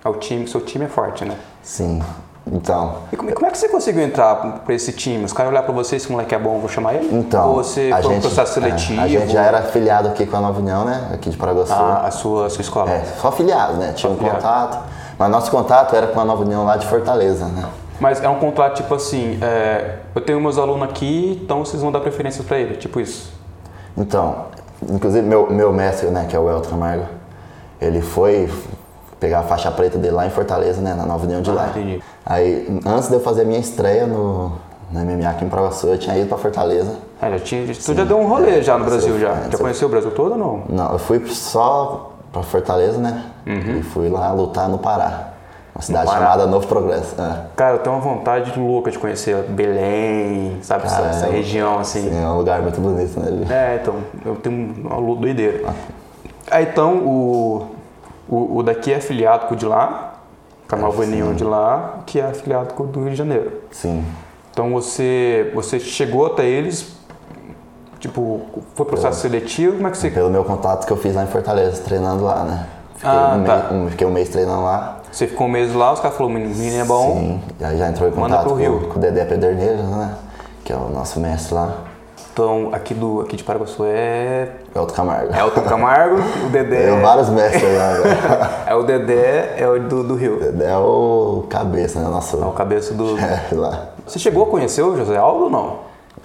A: é o time, seu time é forte, né?
B: Sim. Então.
A: E como, como é que você conseguiu entrar pra esse time? Os caras olharam pra você, esse moleque é bom, eu vou chamar ele?
B: Então.
A: Ou você
B: a
A: foi um
B: gente-
A: processo
B: é,
A: seletivo? Ah,
B: a gente já era afiliado aqui com a Nova União, né? Aqui de Paraguaçu.
A: a, a sua, a sua escola.
B: É, só afiliado, né? Tinha um
A: tá. afiliado.
B: contato. Mas nosso contato era com a Nova União lá de Fortaleza, né?
A: Mas é um contrato tipo assim, é, eu tenho meus alunos aqui, então vocês vão dar preferência pra ele, tipo isso.
B: Então, inclusive meu, meu mestre, né, que é o Elton Amargo, ele foi pegar a faixa preta dele lá em Fortaleza, né, na Nova União de lá.
A: Ah, entendi.
B: Aí, antes de eu fazer a minha estreia no, no MMA aqui em Pravaçu, eu tinha ido pra Fortaleza.
A: Ah, já tinha, tu já deu um rolê já no Brasil já.
B: é,
A: já
B: você-
A: conheceu o Brasil todo ou não?
B: Não, eu fui só pra Fortaleza, né, e fui lá lutar no Pará, uma cidade
A: Uhum. Pará.
B: chamada Novo Progresso. É,
A: Cara, eu tenho uma vontade louca de conhecer Belém, sabe? essa-
B: Cara,
A: essa,
B: é-
A: região assim.
B: é um lugar muito bonito, né?
A: É, então, eu tenho uma luta doideira. Aí então, o, o, o daqui é afiliado com o de lá, com a Nova União de lá, que é afiliado com o do Rio de Janeiro.
B: Sim.
A: Então você, você chegou até eles, tipo, foi processo seletivo, como é que você...
B: Pelo meu contato que eu fiz lá em Fortaleza, treinando lá, né? Fiquei,
A: Ah,
B: um,
A: tá.
B: mês, um- fiquei um mês treinando lá.
A: Você ficou um mês lá, os caras falaram, menino é bom,
B: Sim, já, já entrou em
A: Manda
B: contato
A: pro Rio.
B: com, com o Dedé Pederneiros, né? Que é o nosso mestre lá,
A: então aqui, do, aqui de Paraguaçu é
B: Elton Camargo.
A: Elton Camargo, o Dedé...
B: Tem vários mestres lá, né?
A: É o Dedé, é o do, do Rio,
B: Dedé é o cabeça, né? Nosso
A: é o cabeça do...
B: chefe lá.
A: Você chegou a conhecer o José Aldo ou não?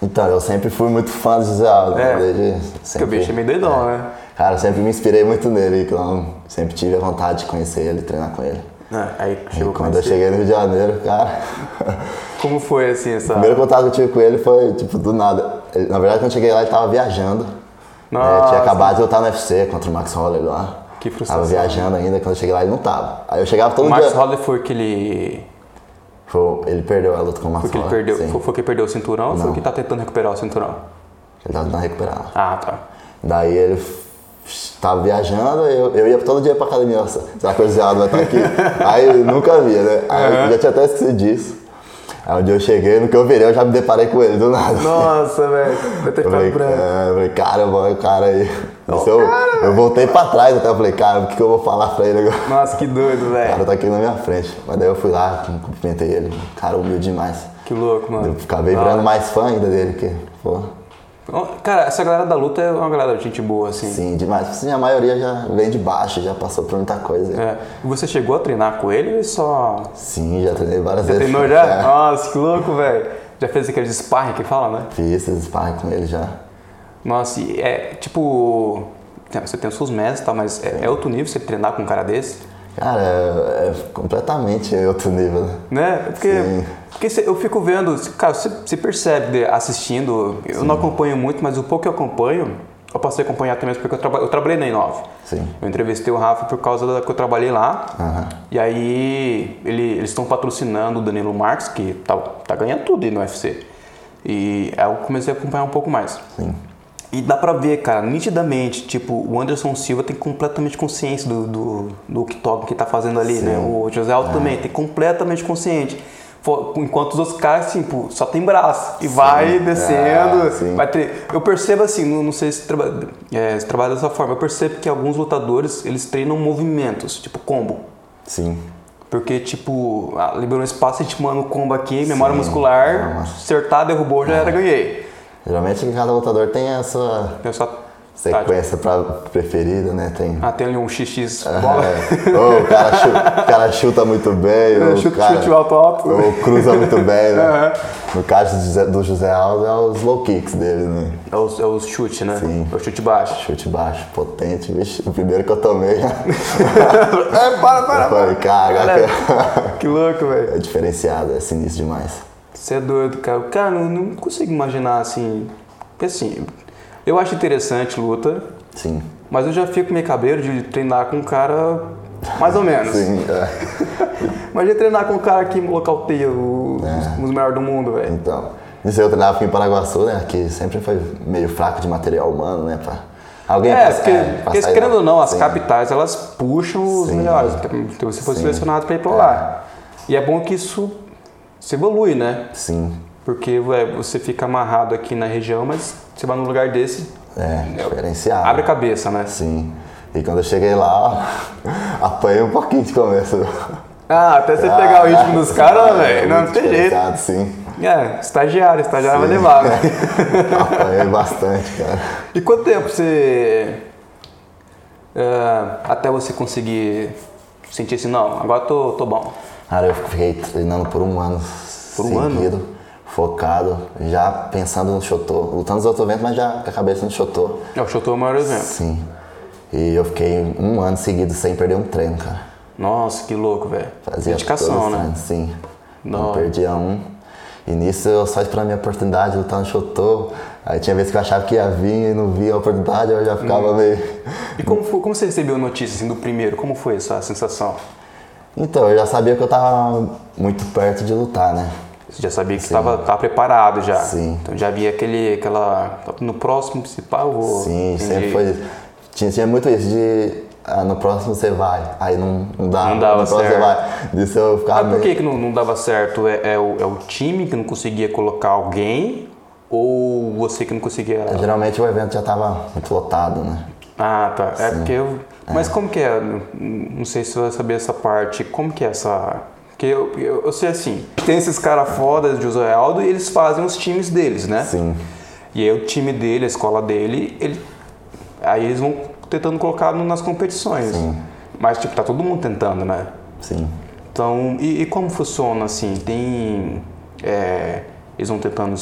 B: Então, eu sempre fui muito fã do José Aldo.
A: É.
B: desde
A: Porque o bicho é meio doidão, né?
B: Cara, eu sempre me inspirei muito nele, então sempre tive a vontade de conhecer ele, treinar com ele.
A: É, aí
B: E
A: chegou a
B: quando eu
A: conhecer.
B: cheguei no Rio de Janeiro, cara,
A: Ah. Como foi assim essa.
B: o primeiro contato que eu tive com ele foi, tipo, do nada. Ele- na verdade, quando eu cheguei lá, ele tava viajando. né?
A: Nossa.
B: tinha acabado de eu estar no UFC contra o Max Holloway lá.
A: Que frustração.
B: Tava viajando ainda, quando eu cheguei lá, ele não tava. Aí eu chegava todo
A: O Max
B: dia...
A: Holloway foi que ele.
B: Foi- ele perdeu a luta com o Max
A: Foi que ele
B: Holloway,
A: perdeu.
B: sim.
A: Foi, foi que perdeu o cinturão ou foi
B: Não.
A: que tá tentando recuperar o cinturão?
B: Ele tava tentando recuperar lá.
A: Ah, tá.
B: Daí ele f- tava viajando, eu, eu ia todo dia pra academia, nossa, será que o Zé Aldo vai estar aqui? Aí eu nunca via, né? Aí eu já tinha até esquecido disso. Aí onde eu cheguei, no que eu virei, eu já me deparei com ele do nada.
A: Nossa, tá velho. Vai ter
B: Eu falei, é, eu falei, caramba, olha o cara aí. Isso eu, eu voltei pra trás até, eu falei, cara, o que, que eu vou falar pra ele agora?
A: Nossa, que doido,
B: O
A: velho.
B: cara tá aqui na minha frente. Mas daí eu fui lá, cumprimentei ele. Cara, humilde demais.
A: Que louco, mano.
B: Eu acabei virando mais fã ainda dele, que, pô,
A: Cara, essa galera da luta é uma galera de gente boa, assim.
B: sim, demais. Assim, a maioria já vem de baixo, já passou por muita coisa.
A: É. E Você chegou a treinar com ele ou ele só.
B: Sim, já treinei várias vezes.
A: Treinou já? Ah.
B: É,
A: Nossa, que louco, velho. Já fez aquele sparring que fala, né?
B: fiz esses sparring com ele já.
A: Nossa, e é tipo. tem- Você tem os seus mestres e tal, mas é, é outro nível você treinar com um cara desse,
B: Cara, é, é completamente outro nível, né?
A: né? Porque,
B: Sim.
A: porque cê- eu fico vendo, cara, você, você percebe de- assistindo, eu não acompanho muito, mas o pouco que eu acompanho, eu passei a acompanhar também porque eu, traba, eu trabalhei na Inove.
B: Sim.
A: Eu entrevistei o Rafa por causa da, que eu trabalhei lá.
B: Aham.
A: E aí ele- eles estão patrocinando o Danilo Marques, que tá, tá ganhando tudo aí no UFC. E aí eu comecei a acompanhar um pouco mais.
B: Sim.
A: E dá pra ver, cara, nitidamente, tipo, o Anderson Silva tem completamente consciência do, do, do octógono que tá fazendo ali, né? O José
B: É.
A: Aldo também tem completamente consciente. Fo- Enquanto os outros caras, tipo, só tem braço e vai
B: Ah,
A: descendo.
B: sim.
A: vai ter- Eu percebo assim, não, não sei se, traba... é, se trabalha dessa forma, eu percebo que alguns lutadores, eles treinam movimentos, tipo combo.
B: Sim.
A: Porque, tipo, ah, liberou um espaço, a gente manda um combo aqui, memória muscular,
B: Nossa.
A: acertar, derrubou,
B: É.
A: já era, ganhei.
B: Geralmente cada lutador tem a sua
A: Eu só...
B: sequência pra preferida, né? Tem.
A: Ah, tem ali um XX bola.
B: É. Ou o cara chu- o cara chuta, muito bem, ou
A: Chute-
B: o cara,
A: chute alto, alto.
B: ou cruza muito bem, né? No caso do José, do José Aldo, é os low kicks dele, né?
A: É o, é o chute, né?
B: Sim.
A: É o chute baixo.
B: Chute baixo, potente, vixe, o primeiro que eu tomei. eu
A: é, para, para, para.
B: falei,
A: É.
B: caraca,
A: Que louco, velho.
B: é diferenciado, é sinistro demais.
A: Você é doido, cara. Cara, eu não consigo imaginar assim. Porque assim, eu acho interessante luta,
B: Sim.
A: mas eu já fico meio cabreiro de treinar com um cara mais ou menos.
B: Sim, é.
A: Imagina treinar com um cara que nocauteia o- os, os melhores do mundo, velho.
B: Então, isso eu treinava aqui em Paraguaçu, né? Que sempre foi meio fraco de material humano, né? Pra... Alguém
A: É,
B: pra-
A: porque,
B: pra
A: porque
B: sair
A: querendo
B: da-
A: ou não, as
B: Sim.
A: capitais elas puxam os
B: Sim.
A: melhores. Então você foi
B: Sim.
A: selecionado pra ir pra lá. E é bom que isso se evolui, né?
B: Sim,
A: Porque ué, você fica amarrado aqui na região, mas você vai num lugar desse,
B: é, diferenciado.
A: abre a cabeça, né?
B: Sim. E quando eu cheguei lá, apanhei um pouquinho de começo.
A: Ah, até você pegar o ritmo dos caras, velho, não, não tem jeito.
B: Diferenciado, Ah, sim.
A: É, estagiário, estagiário vai levar, né?
B: Apanhei bastante, cara.
A: E quanto tempo você. é, até você conseguir sentir assim, não, agora tô, tô bom.
B: Cara, eu fiquei treinando por um ano
A: Por um ano?
B: seguido, focado, já pensando no chotô. Lutando nos outros eventos, mas já com a cabeça no chotô.
A: É, o Chotô é o maior exemplo.
B: Sim. E eu fiquei um ano seguido sem perder um treino, cara.
A: Nossa, que louco, velho.
B: Fazia
A: Dedicação,
B: todos os
A: né?
B: treinos, Sim.
A: hora.
B: Não perdia um. E nisso eu só esperando a minha oportunidade de lutar no Chotô. Aí tinha vezes que eu achava que ia vir e não via a oportunidade, eu já ficava
A: Hum.
B: meio.
A: E como, foi- como você recebeu a notícia assim, do primeiro? Como foi essa sensação?
B: Então, eu já sabia que eu tava muito perto de lutar, né?
A: Você já sabia que estava tava preparado já.
B: Sim.
A: Então já havia aquele, aquela. No próximo principal eu vou.
B: Sim,
A: Entendi.
B: sempre foi isso. Tinha, tinha muito isso de. Ah, no próximo você vai. Aí não, não dava.
A: Não dava
B: no próximo
A: certo.
B: você vai. Disso eu ficava
A: Mas por
B: meio-
A: que, que não, não dava certo? É, é o, é o time que não conseguia colocar alguém? Ou você que não conseguia.
B: Geralmente o evento já tava muito lotado, né?
A: Ah, tá. É porque eu. Mas como que é? Não- Não sei se você vai saber essa parte. Como que é essa. Porque eu, eu, eu sei assim, tem esses caras fodas de José Aldo e eles fazem os times deles, né?
B: Sim.
A: E aí o time dele, a escola dele, ele... aí eles vão tentando colocar no- nas competições.
B: Sim.
A: Mas, tipo, tá todo mundo tentando, né?
B: Sim.
A: Então, e, e como funciona, assim? Tem... é, Eles vão tentando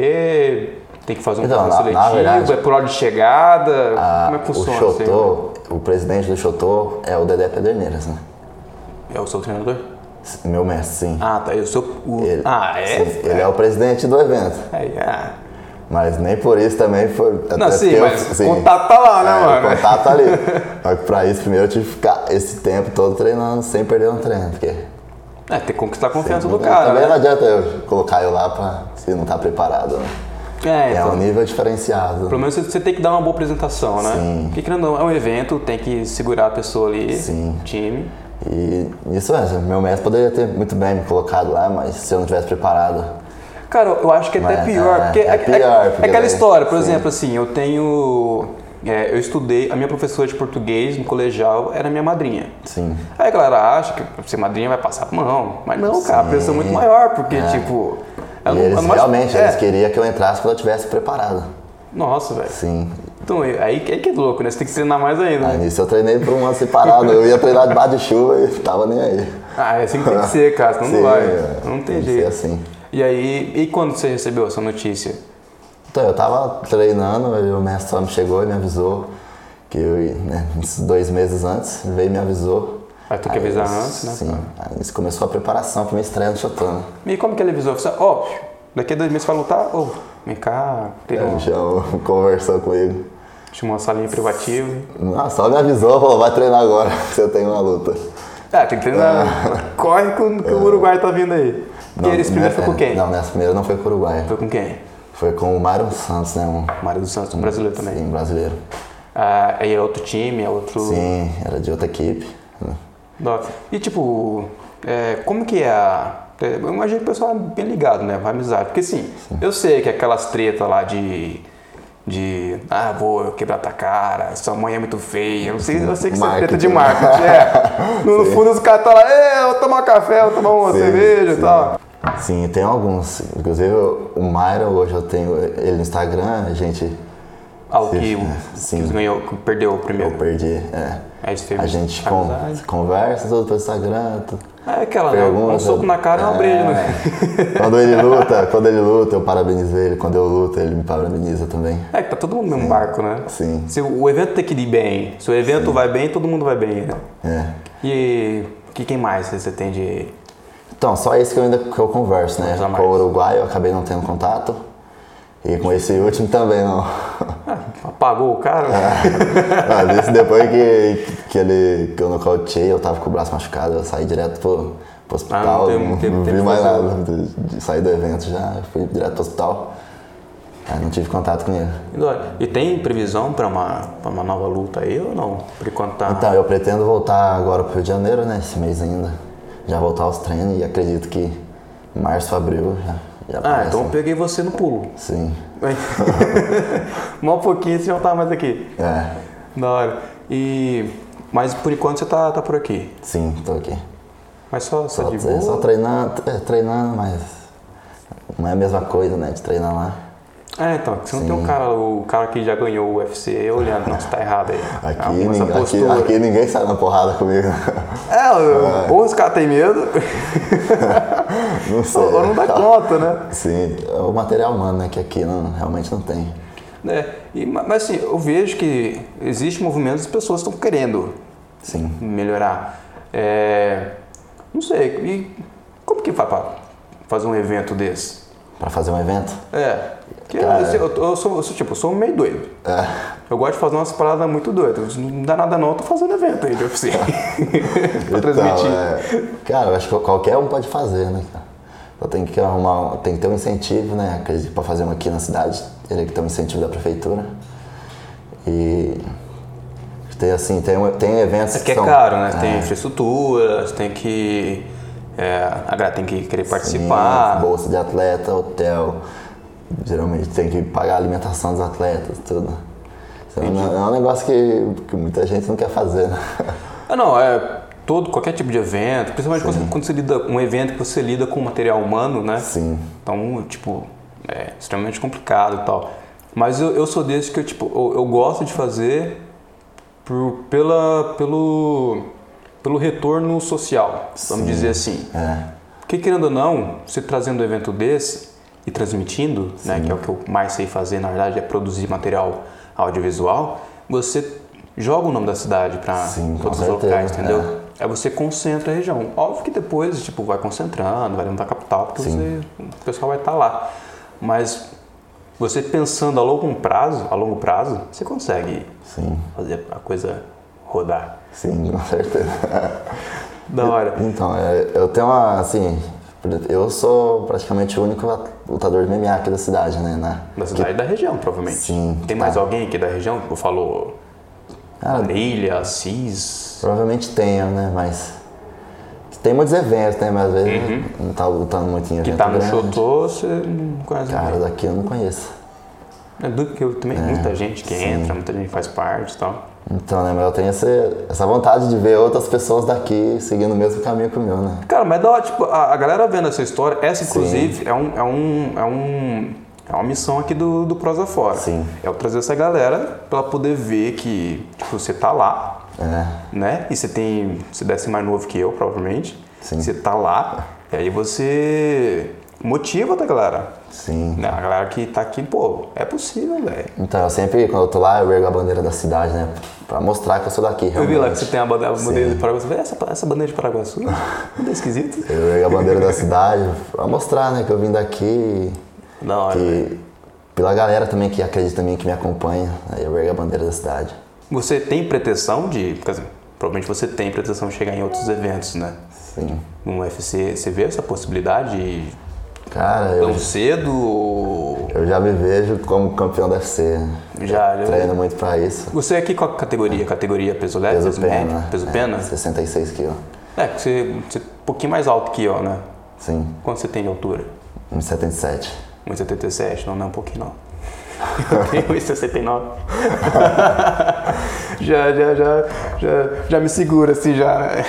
A: escrever, tem que fazer um
B: Então,
A: processo
B: na- na
A: seletivo,
B: verdade-
A: é por hora de chegada,
B: Ah,
A: como é que funciona?
B: o
A: isso aí, mano?
B: Xotô, o presidente do Xotô é o Dedé Pederneiras, né?
A: É o seu treinador?
B: S- Meu mestre, sim.
A: Ah, tá. Eu sou o...
B: Ele-
A: ah, é?
B: sim, ele é o presidente do evento.
A: Aí, ah.
B: Mas nem por isso também foi.
A: Não,
B: até
A: sim,
B: porque eu- assim,
A: mas o contato tá lá, né,
B: É,
A: mano?
B: O contato tá ali. Mas pra isso, primeiro eu tive que ficar esse tempo todo treinando, sem perder um treino. Porque
A: É, tem que conquistar a confiança do
B: também
A: cara,
B: não
A: né?
B: adianta eu colocar eu lá pra, se não tá preparado. Né?
A: É,
B: É
A: então,
B: um nível diferenciado.
A: pelo menos você- você tem que dar uma boa apresentação, né?
B: Sim.
A: Porque querendo ou não, é um evento, tem que segurar a pessoa ali,
B: Sim.
A: o time.
B: E isso é, meu mestre poderia ter muito bem me colocado lá, mas se eu não tivesse preparado.
A: Cara, eu acho que é até
B: Mas,
A: pior,
B: é,
A: porque
B: é pior, porque
A: aquela
B: daí-
A: história, por
B: sim.
A: exemplo, assim, eu tenho. é, eu estudei, a minha professora de português no colegial era minha madrinha.
B: Sim.
A: Aí a galera acha que ser madrinha vai passar a mão, mas não, cara, a
B: Sim.
A: pressão é muito maior, porque, tipo. ela
B: E
A: não-
B: eles
A: ela não vai-
B: realmente,
A: é.
B: eles queriam que eu entrasse quando eu tivesse preparado.
A: Nossa, velho.
B: Sim.
A: Então, aí, aí que é louco, né? Você tem que treinar mais ainda.
B: Aí
A: né?
B: nisso eu treinei por um ano separado. Eu ia treinar debaixo de chuva e tava nem aí.
A: Ah, é assim que tem que ser, cara, senão não
B: Sim,
A: vai.
B: é.
A: Não
B: Tem
A: tem
B: que
A: jeito.
B: ser assim.
A: E aí, e quando você recebeu essa notícia?
B: Então, eu tava treinando, e o mestre só me chegou e me avisou que eu ia, né, uns dois meses antes, veio e me avisou.
A: Aí tu que avisar
B: eu-
A: antes, né?
B: Sim. Aí nisso começou a preparação pro meu estreia no Chotano.
A: E como que ele avisou? Você, ó, daqui a dois meses você vai lutar? Ô, vem cá, tem
B: Ele
A: um-
B: já conversou comigo.
A: tinha uma salinha privativa.
B: Ah, só me avisou, falou, vai treinar agora, que você tem uma luta. É,
A: Ah, tem que
B: né?
A: treinar. Corre com, que o Uruguai tá vindo aí. E eles primeiro
B: nessa-
A: foi com quem?
B: é, Não, nessa primeira não foi com o Uruguai.
A: Foi com quem?
B: Foi com o Mário Santos, né? Um
A: Mário dos Santos, um brasileiro também.
B: Sim, brasileiro.
A: Ah, aí é outro time, é outro.
B: Sim, era de outra equipe. né.
A: Nossa. E tipo, é, como que é a. é, Eu imagino que o pessoal é bem ligado, né? Pra amizade. Porque assim, eu sei que aquelas tretas lá de. De. Ah, vou quebrar tua cara, sua mãe é muito feia. Eu sei, eu sei que isso é treta de
B: Marketing. né?
A: marketing. É. No fundo os caras estão lá, é, eu vou tomar um café, eu vou tomar uma
B: Sim,
A: cerveja e
B: sim.
A: tal.
B: Sim, tem alguns. Inclusive o Mário, hoje eu tenho ele no Instagram, a gente.
A: Ah, o que, o,
B: Sim.
A: que os ganhou, que perdeu o
B: Eu
A: primeiro.
B: perdi. É.
A: Aí teve
B: A gente con-
A: amizade.
B: conversa tudo pelo Instagram. tu-
A: É aquela, né?
B: Pergunta.
A: Um soco na cara e uma
B: É.
A: breja, né?
B: Quando ele luta, quando ele luta, eu parabenizo ele. Quando eu luto, ele me parabeniza também.
A: É que tá todo mundo no mesmo barco, né?
B: Sim.
A: Se o o evento tem que ir bem, se o evento vai bem, todo mundo vai bem. né?
B: É.
A: E que quem mais você tem de.
B: Então, só esse que eu ainda que eu converso, né?
A: Conversa mais.
B: Com o Uruguai eu acabei não tendo contato. E com esse último também não.
A: ah, Apagou o cara?
B: É. Mas isso depois que, que, ele, que eu nocauteei, eu tava com o braço machucado, eu saí direto pro, pro hospital.
A: teve- teve-
B: não
A: teve
B: vi
A: que
B: mais
A: fazer.
B: nada. De- de- Saí do evento já, eu fui direto pro hospital. Aí não tive contato com ele.
A: E olha, E tem previsão pra uma, pra uma nova luta aí ou não? Por enquanto tá.
B: Então, eu pretendo voltar agora pro Rio de Janeiro, né? Esse mês ainda. Já voltar aos treinos e acredito que março, abril já, já
A: ah,
B: começa.
A: então eu peguei você no pulo.
B: Sim.
A: Mó pouquinho você já tá mais aqui.
B: É.
A: Da hora. E. Mas por enquanto você tá, tá por aqui.
B: Sim, tô aqui.
A: Mas só, só,
B: Só,
A: Tá de
B: tre-
A: boa.
B: só treinando, é, treinando, mas não é a mesma coisa, né? De treinar lá.
A: É, então, você não tem um cara, o cara que já ganhou o UFC olhando, não, você tá errado aí.
B: Aqui,
A: Ah,
B: ninguém,
A: essa
B: aqui,
A: postura.
B: aqui ninguém sai na porrada comigo.
A: É, ou os caras têm medo,
B: Não sei.
A: ou não dá conta, né?
B: Sim, é o material humano, né? Que aqui não, realmente não tem.
A: né? E, ma- mas assim, eu vejo que existe movimento, as pessoas estão querendo
B: Sim.
A: melhorar. É, não sei, e como que faz pra fazer um evento desse?
B: Pra fazer um evento.
A: É, porque
B: Cara.
A: assim, eu, eu sou, eu sou, tipo, eu sou meio doido.
B: É.
A: Eu gosto de fazer umas paradas muito doidas. Não dá nada não, eu tô fazendo evento aí de UFC. pra transmitir.
B: Então, é, cara, eu acho que qualquer um pode fazer, né? cara? Só tem que arrumar, um- tem que ter um incentivo, né? Acredito que pra fazer um aqui na cidade, teria que ter um incentivo da prefeitura. E tem assim, tem, um- tem eventos
A: Porque é
B: são-
A: caro, né? Tem infraestrutura, você tem que. é, a galera tem que querer participar.
B: Sim, bolsa de atleta, hotel. Geralmente tem que pagar a alimentação dos atletas, tudo. Então, não- é um negócio que, que muita gente não quer fazer, né?
A: Ah, não, é todo, qualquer tipo de evento, principalmente quando, quando você lida com um evento que você lida com material humano, né?
B: Sim.
A: Então, tipo, é extremamente complicado e tal. Mas eu, eu sou desse que eu, tipo, eu, eu gosto de fazer por, pela, pelo, pelo retorno social, vamos dizer assim.
B: É.
A: Porque querendo ou não, você trazendo um evento desse, e transmitindo, né, que é o que eu mais sei fazer, na verdade, é produzir material audiovisual, você joga o nome da cidade para
B: Sim, com
A: todos os
B: certeza,
A: locais, entendeu?
B: é.
A: Aí você concentra a região. Óbvio que depois, tipo, vai concentrando, vai dentro da capital, porque você, o pessoal vai estar lá. Mas você pensando a longo prazo, a longo prazo, você consegue
B: Sim,
A: fazer a coisa rodar.
B: sim, com certeza.
A: Da hora.
B: Então, é, eu tenho uma, assim, eu sou praticamente o único at- lutador de MMA aqui da cidade, né? na-
A: Da cidade e da região, provavelmente.
B: Sim,
A: Tem
B: tá.
A: mais alguém aqui da região? Eu falo
B: Cara,
A: Marília, Assis.
B: provavelmente tenho, né? Mas tem muitos eventos, né? Mas às vezes não tá lutando muito em evento
A: Uhum. Que tá no
B: grande.
A: Xotô, você não conhece
B: Cara,
A: ninguém.
B: daqui eu não conheço.
A: É do que eu também. Muita gente que
B: sim.
A: entra, muita gente que faz parte e tal.
B: Então, né? Mas eu tenho esse- essa vontade de ver outras pessoas daqui seguindo o mesmo caminho que o meu, né?
A: Cara, mas da hora, tipo, a, a galera vendo essa história, essa inclusive é um, é um. é um. É uma missão aqui do, do Prosa Fora.
B: Sim.
A: É eu trazer essa galera pra ela poder ver que, tipo, você tá lá,
B: É,
A: né? E você tem. Você deve ser mais novo que eu, provavelmente.
B: Sim.
A: Você tá lá, e aí você motiva outra galera.
B: sim.
A: Né? A galera que tá aqui, pô, é possível, velho.
B: Então, eu sempre, quando eu tô lá, eu ergo a bandeira da cidade, né? Pra mostrar que eu sou daqui,
A: Eu
B: realmente.
A: vi lá que você tem a bandeira, a bandeira de Paraguaçu. Falei, Essa, essa bandeira de Paraguaçu? Não esquisito?
B: Eu ergo a bandeira da cidade pra mostrar, né? Que eu vim daqui
A: Da hora. velho.
B: E pela galera também que acredita em mim, que me acompanha, aí eu ergo a bandeira da cidade.
A: Você tem pretensão de. Quer dizer, provavelmente você tem pretensão de chegar em outros eventos, né?
B: Sim.
A: No UFC, você vê essa possibilidade
B: Cara, eu,
A: tão cedo? ou
B: eu já me vejo como campeão da UFC. né?
A: Já, já.
B: Treino muito pra isso.
A: Você é aqui qual a categoria? Categoria peso leve,
B: Peso pena.
A: médio, peso
B: é,
A: pena?
B: 66 quilos.
A: É, que você, você é um pouquinho mais alto que eu, né?
B: Sim,
A: Quanto você tem de altura?
B: 1,77.
A: 1,77? Não, não, um pouquinho não. Eu tenho 1,69. já, já, já, já, já me segura assim já, né?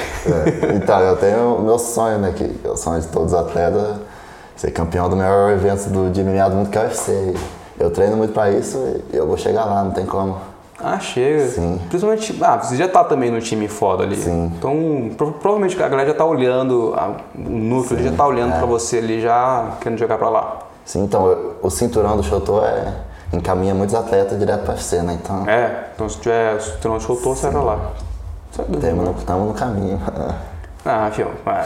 B: É, Então, eu tenho o meu sonho, né? Que é o sonho de todos os atletas, ser campeão do maior evento do, de MMA do mundo, que é o UFC. Eu treino muito pra isso e eu vou chegar lá, não tem como.
A: Ah, chega.
B: Sim.
A: Principalmente, ah, você já tá também no time foda ali.
B: Sim.
A: Então, pro- provavelmente a galera já tá olhando, a- o núcleo já tá
B: é.
A: olhando pra você ali, já querendo jogar pra lá.
B: Sim, então, eu- o cinturão do Chotô é, encaminha muitos atletas direto pro UFC, né? Então,
A: É, então se tiver, se tu não soltou, você vai pra lá. Sabe?
B: Estamos no, tamo no caminho.
A: Ah, filho, vai.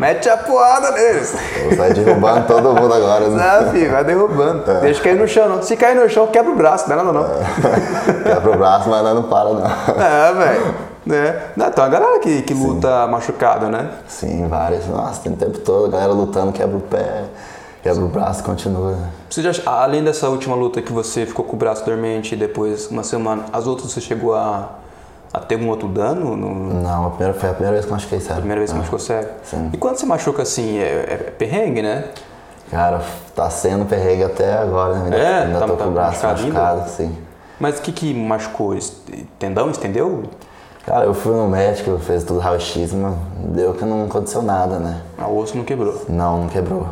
A: Mete a porrada neles.
B: Vai derrubando todo mundo agora. né?
A: Ah, filho, vai derrubando.
B: É.
A: Deixa cair no chão, não. Se cair no chão, quebra o braço, não é nada não.
B: Quebra o é braço, mas nós não para, não.
A: É, velho. Né? Não, tem uma galera que, que luta machucada, né?
B: Sim, várias. Nossa, tem o tempo todo, a galera lutando, quebra o pé, quebra o braço, continua.
A: Você já, além dessa última luta que você ficou com o braço dormente e depois uma semana, as outras você chegou a, a ter algum outro dano? No,
B: Não, a primeira, foi a primeira vez que eu machuquei, sério.
A: primeira vez que machucou sério?
B: Ah, Sim.
A: E quando você machuca assim, é, é perrengue, né?
B: Cara, tá sendo perrengue até agora, né? Ainda,
A: É,
B: ainda
A: tá-
B: tô
A: tá
B: com o braço
A: machucado ainda?
B: machucado, sim.
A: Mas o que que machucou? Est- Tendão? Estendeu?
B: Cara, eu fui no médico, fez tudo raio-x, mas deu que não aconteceu nada, né?
A: Ah, O osso não quebrou.
B: Não, não quebrou.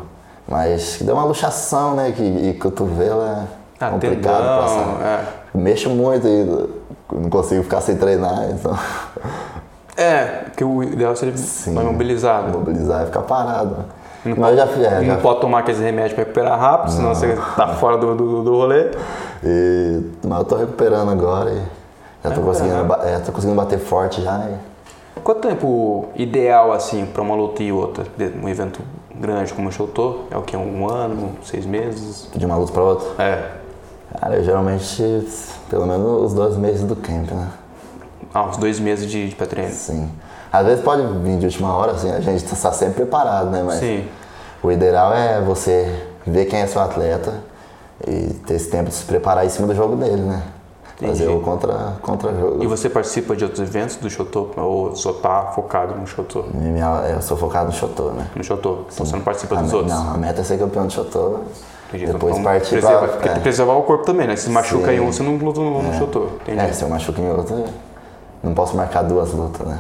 B: Mas deu uma luxação, né? Que, e cotovelo é
A: Ah,
B: complicado passar.
A: tendão, é.
B: Mexo muito e não consigo ficar sem treinar, então
A: É, porque o ideal seria mais mobilizado.
B: mobilizar e ficar parado. Mas eu já fiz, é, já
A: Não pode tomar aqueles remédios pra recuperar rápido, senão você tá fora do, do, do rolê.
B: e- mas eu tô recuperando agora e já tô, conseguindo, ba- é, tô conseguindo bater forte já. e-
A: Quanto tempo ideal, assim, pra uma luta e outra? De- Um evento grande como o Showtô? É o que? Um ano? Seis meses?
B: de uma luta pra outra.
A: É.
B: Cara, eu geralmente, pelo menos os dois meses do camp, né?
A: Ah, uns dois meses de, de pré-treino.
B: Sim. Às vezes pode vir de última hora, assim, a gente tá sempre preparado, né? Mas
A: Sim.
B: o ideal é você ver quem é seu atleta e ter esse tempo de se preparar em cima do jogo dele, né? Fazer
A: Entendi.
B: o contra, contra jogo.
A: E você participa de outros eventos do Showtô? Ou só tá focado no Showtô?
B: MMA, eu sou focado no Chotô, né?
A: No Showtô? Então você não participa
B: A
A: dos
B: me-
A: outros?
B: Não, a meta é ser campeão de Chotô.
A: Entendi. Então,
B: Depois
A: então,
B: partir
A: preserva,
B: pra.
A: Porque tem que
B: É,
A: preservar o corpo também, né? Se machuca em
B: Sim.
A: um, você não luta no, no Showtô. Entendi.
B: é, se eu machuco em outro, não posso marcar duas lutas, né?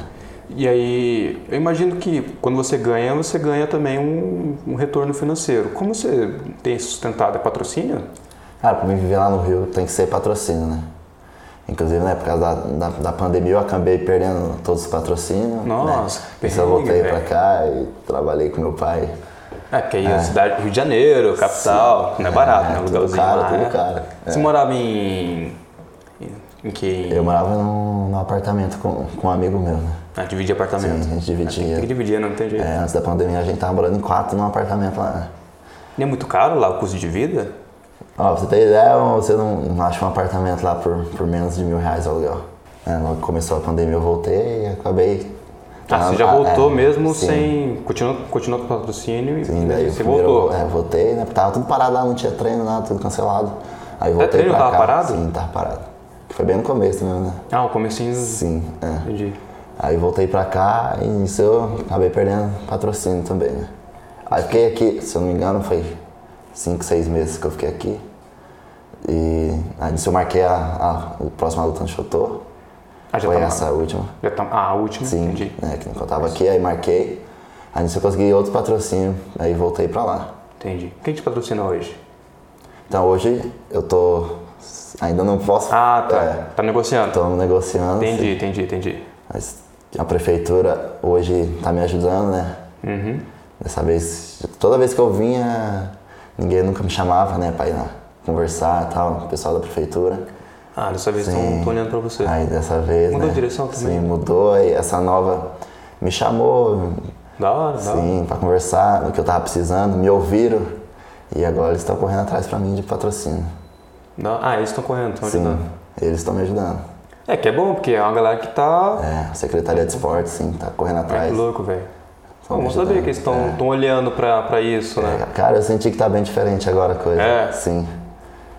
A: E aí, eu imagino que quando você ganha, você ganha também um, um retorno financeiro. Como você tem sustentado? É patrocínio?
B: Cara, pra mim viver lá no Rio tem que ser patrocínio, né? Inclusive, né, por causa da, da, da pandemia, eu acabei perdendo todos os patrocínios.
A: Nossa, é.
B: né? Isso eu
A: perrengue,
B: voltei pra
A: velho.
B: cá e trabalhei com meu pai
A: É, porque aí a cidade Rio de Janeiro, capital, não é barato, né? Um
B: tudo
A: lugarzinho
B: caro,
A: lá,
B: tudo
A: né?
B: caro. É.
A: Você morava em... Em que...
B: Eu morava num, num apartamento com, com um amigo meu, né?
A: Ah, dividir apartamento.
B: A gente dividia.
A: Tem que dividir, não tem jeito.
B: É, antes da pandemia a gente tava morando em quatro num apartamento lá. né?
A: Nem é muito caro lá o custo de vida?
B: Ó, pra você ter ideia, você não, não acha um apartamento lá por, por menos de mil reais o aluguel. É, logo que começou a pandemia eu voltei e acabei.
A: Ah, você já
B: é,
A: voltou mesmo
B: sim.
A: sem... Continuou, continuou com o patrocínio e
B: Sim, daí
A: você
B: o primeiro-
A: voltou.
B: É, voltei, né? Tava tudo parado lá, não tinha treino, nada, tudo cancelado. Aí voltei
A: É treino
B: pra
A: tava
B: cá.
A: parado?
B: Sim, tava parado. Foi bem no começo mesmo, né?
A: Ah, o comecinho...
B: Sim, é.
A: Entendi.
B: Aí voltei pra cá e nisso eu acabei perdendo patrocínio também, né? Aí fiquei aqui, se eu não me engano, foi 5, 6 meses que eu fiquei aqui. E aí nisso eu marquei a, a, o próximo luta no Chotô.
A: Ah, já
B: Foi
A: tá,
B: essa a última.
A: já tá... Ah, a última?
B: Sim,
A: Entendi.
B: né? Que eu tava aqui, aí marquei. Aí nisso eu consegui outro patrocínio, aí voltei pra lá.
A: Entendi. Quem te patrocina hoje?
B: Então hoje eu tô. Ainda não posso.
A: Ah, tá.
B: É,
A: Tá negociando.
B: tô negociando.
A: entendi,
B: assim,
A: entendi, entendi.
B: mas a prefeitura hoje tá me ajudando, né?
A: Uhum.
B: Dessa vez, toda vez que eu vinha, ninguém nunca me chamava, né, pra ir lá conversar e tal, com o pessoal da prefeitura.
A: Ah, dessa vez estão olhando pra você.
B: Aí dessa vez.
A: Mudou
B: né,
A: a direção também?
B: Sim, mudou. Aí essa nova me chamou,
A: Da hora, da hora.
B: sim, pra conversar, do que eu tava precisando, me ouviram. E agora eles estão correndo atrás pra mim de patrocínio.
A: Da hora. Ah, eles estão correndo, estão
B: Sim,
A: ajudando.
B: eles estão me ajudando.
A: É, que é bom, porque é uma galera que tá.
B: É, a Secretaria de Esportes, sim, tá correndo
A: Ai,
B: atrás. um
A: que louco, velho.
B: Tão
A: Bom,
B: me né?
A: vamos
B: É.
A: saber
B: ajudando,
A: que eles estão olhando pra, pra isso, né?
B: É, Cara, eu senti que tá bem diferente agora a coisa.
A: É?
B: Sim.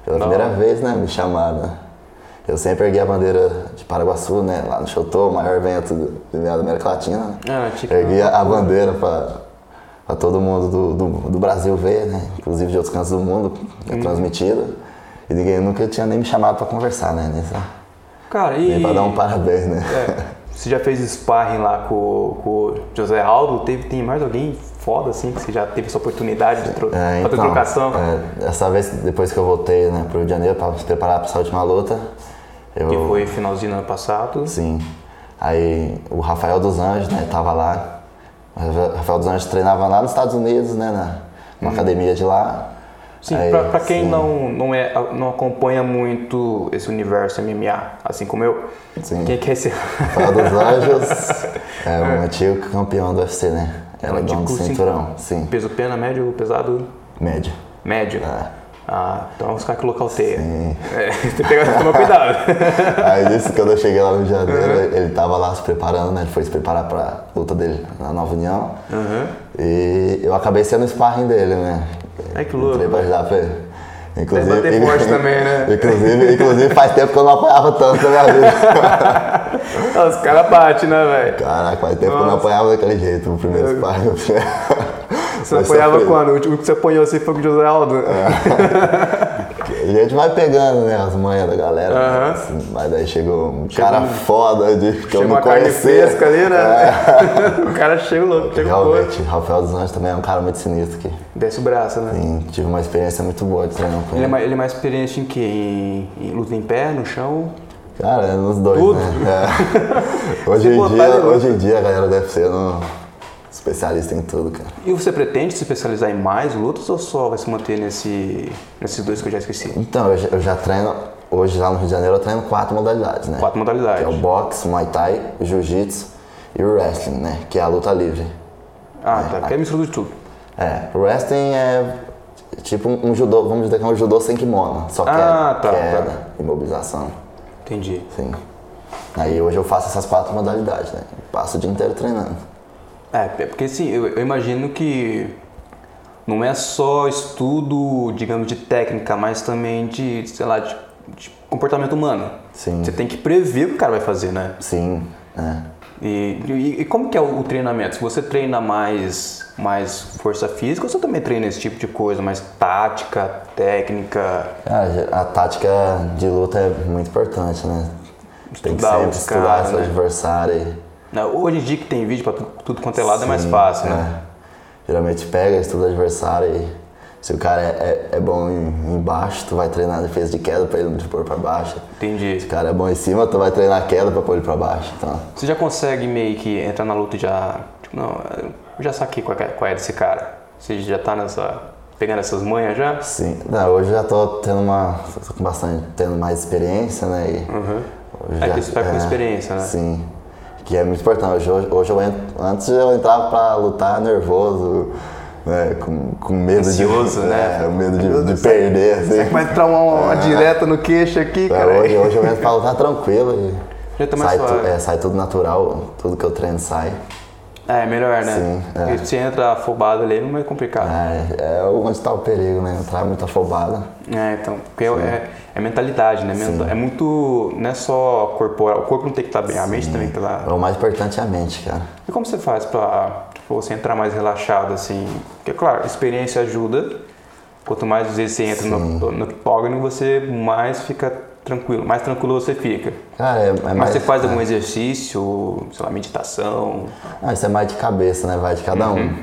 B: Pela
A: Da
B: primeira
A: hora.
B: vez, né, me chamaram. né? Eu sempre ergui a bandeira de Paraguaçu, né, lá no Chotô, o maior evento do, do- da América Latina. né?
A: Ah, tipo.
B: Ergui a, a bandeira pra, pra todo mundo do, do, do Brasil ver, né, inclusive de outros cantos do mundo, é
A: Uhum.
B: transmitido. E ninguém nunca tinha nem me chamado pra conversar, né, nem, só-
A: Cara,
B: nem
A: e.
B: pra dar um parabéns, né.
A: É, você já fez sparring lá com, com o José Aldo? Teve, tem mais alguém foda assim que você já teve essa oportunidade de tro
B: É,
A: fazer
B: então,
A: trocação?
B: é, essa vez, depois que eu voltei né, pro Rio de Janeiro pra se preparar pra essa última luta, eu.
A: Que foi finalzinho do ano passado.
B: Sim. Aí o Rafael dos Anjos, né, tava lá. O Rafael dos Anjos treinava lá nos Estados Unidos, né, na, numa academia de lá.
A: Hum. Sim,
B: Aí,
A: pra, pra quem
B: É, sim.
A: não não, é, não acompanha muito esse universo MMA, assim como eu,
B: Sim.
A: quem é quer ser.
B: Rafael dos Anjos é o antigo campeão do UFC, né? Era
A: o
B: dono do
A: antigo
B: cinturão, sim.
A: Peso pena, médio, pesado,
B: Médio.
A: médio.
B: É.
A: Ah, então é uns caras que localteia.
B: Sim.
A: É, tem que pegar- tomar cuidado.
B: Aí disse quando eu cheguei lá no Rio de Janeiro, ele tava lá se preparando, né? Ele foi se preparar pra luta dele na Nova União. E eu acabei sendo o sparring dele, né?
A: Ai, que louco.
B: Entrei pra ajudar pra ele. Inclusive,
A: Deve bater forte também, né?
B: inclusive, inclusive faz tempo que eu não apanhava tanto na minha vida.
A: Ah, Os caras batem, né, velho?
B: Caraca, faz tempo que eu não apanhava daquele jeito, o primeiro sparring.
A: Você apanhava quando? O último que você apanhou assim foi com o José Aldo?
B: É, A gente vai pegando, né, as manhas da galera. né,
A: Aham.
B: assim, Mas daí chegou um cara foda de, que eu
A: Chegou
B: não
A: uma carne
B: conhecia. É,
A: fresca ali, né? um o cara chega louco, chega louco.
B: Realmente, Rafael dos Anjos também é um cara muito sinistro que
A: Desce o braço, né?
B: tem- tive uma experiência muito boa de treinar com
A: Ele é,
B: ele.
A: mais, ele é mais experiente em quê? Em, em luta em pé, no chão?
B: Cara, é nos dois,
A: Tudo.
B: né? É. Hoje, em
A: botar, ele
B: dia,
A: luta.
B: hoje em dia a galera deve ser um especialista em tudo, cara.
A: E você pretende se especializar em mais lutas ou só vai se manter nesse, nesses dois que eu já esqueci?
B: Então, eu já, eu já treino, hoje lá no Rio de Janeiro eu treino quatro modalidades, né?
A: Quatro
B: Que é o
A: modalidades.
B: boxe, Muay Thai, o Jiu-Jitsu e o Wrestling, né? Que é a luta livre.
A: Ah, tá. Que é mistura de tudo.
B: É, o Wrestling é tipo um, um judô, vamos dizer que é um judô sem kimono, só
A: Ah,
B: queda,
A: tá, tá.
B: queda, imobilização.
A: Entendi.
B: Sim. Aí hoje eu faço essas quatro modalidades, né? Passo o dia inteiro treinando.
A: É, é porque assim, eu, eu imagino que não é só estudo, digamos, de técnica, mas também de, sei lá, de, de comportamento humano.
B: Sim.
A: Você tem que prever o que o cara vai fazer, né?
B: Sim, né?
A: E, e, e como que é o, o treinamento? Se você treina mais, mais força física, ou você também treina esse tipo de coisa, mais tática, técnica?
B: Cara, ge- Ah, a tática de luta é muito importante, né? Tem que
A: Estudar
B: sempre
A: os
B: estudar
A: caras,
B: seu
A: né?
B: adversário. e-
A: Né, Hoje em dia que tem vídeo pra tu- tudo quanto é lado é mais
B: Sim,
A: fácil, né?
B: é. Geralmente pega, estuda o adversário e se o cara é, é, é bom em, embaixo, tu vai treinar a defesa de queda pra ele não te pôr pra baixo. Se
A: Entendi.
B: o cara é bom em cima, tu vai treinar a queda pra pôr ele pra baixo. Então,
A: Você já consegue meio que entrar na luta e já. Tipo, não, eu já saquei qual é, qual é desse cara. Você já tá nessa. pegando essas manhas já?
B: Sim. Não, hoje eu já tô tendo uma. tô com bastante. tendo mais experiência, né? E
A: Uhum.
B: hoje
A: É
B: já-
A: que você tá com experiência, né?
B: Sim. Que é muito importante. Hoje, eu- hoje eu entro, antes eu entrava pra lutar nervoso, né? Com, com medo
A: Ansioso,
B: de.
A: né?
B: É, medo de-
A: Meu
B: de,
A: Deus,
B: perder, assim.
A: Vai entrar uma, uma
B: É.
A: direta no queixo aqui,
B: É,
A: cara.
B: hoje, hoje eu entro pra lutar tranquilo e.
A: Já tá mais
B: sai,
A: suave.
B: tu- é, sai tudo natural, tudo que eu treino sai.
A: É, melhor, né?
B: Sim, é.
A: Porque se entra afobado ali, é meio complicado.
B: É, é onde tá o perigo, né? Entrar muito afobado.
A: É, então, porque é, é mentalidade, né? Menta- É muito. Não é só corporal. O corpo não tem que estar bem, a mente também tá tem que estar.
B: O mais importante é a mente, cara.
A: E como você faz pra tipo, você entrar mais relaxado, assim? Porque, claro, experiência ajuda. Quanto mais vezes você entra no, no octógono, você mais fica tranquilo. Mais tranquilo você fica.
B: Cara, é, é
A: Mas
B: mais.
A: você faz algum exercício, sei lá, meditação.
B: Ah, isso é mais de cabeça, né? Vai de cada
A: Uhum.
B: um.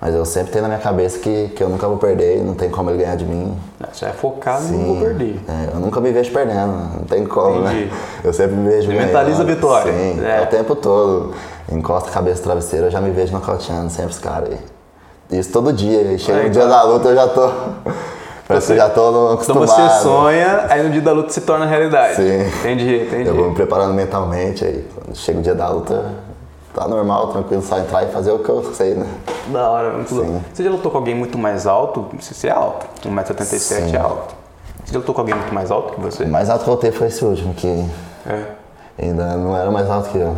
B: Mas eu sempre tenho na minha cabeça que, que eu nunca vou perder e não tem como ele ganhar de mim.
A: Você é focado e não vou perder.
B: É, eu nunca me vejo perdendo, não tem como,
A: Entendi.
B: né? Eu sempre me vejo.
A: Você
B: ganhando.
A: mentaliza a vitória.
B: Sim,
A: É.
B: é. o tempo todo. Encosta a cabeça no travesseiro, eu já me vejo nocauteando sempre os caras. E Isso todo dia. E chega
A: É,
B: o dia da luta, eu já tô. Parece que eu já tô
A: Então
B: acostumado.
A: você sonha, aí no dia da luta se torna realidade.
B: Sim.
A: Entendi, entendi.
B: Eu vou me preparando mentalmente aí. Quando chega o dia da luta, tá normal, tranquilo, só entrar e fazer o que eu sei, né?
A: Da hora, muito louco.
B: Sim.
A: Você já lutou com alguém muito mais alto? Se você é alto, 1,77m é
B: Sim. Hum.
A: alto. Você já lutou com alguém muito mais alto que você?
B: O mais alto que eu lutei foi esse último, que
A: É.
B: ainda não era mais alto que eu.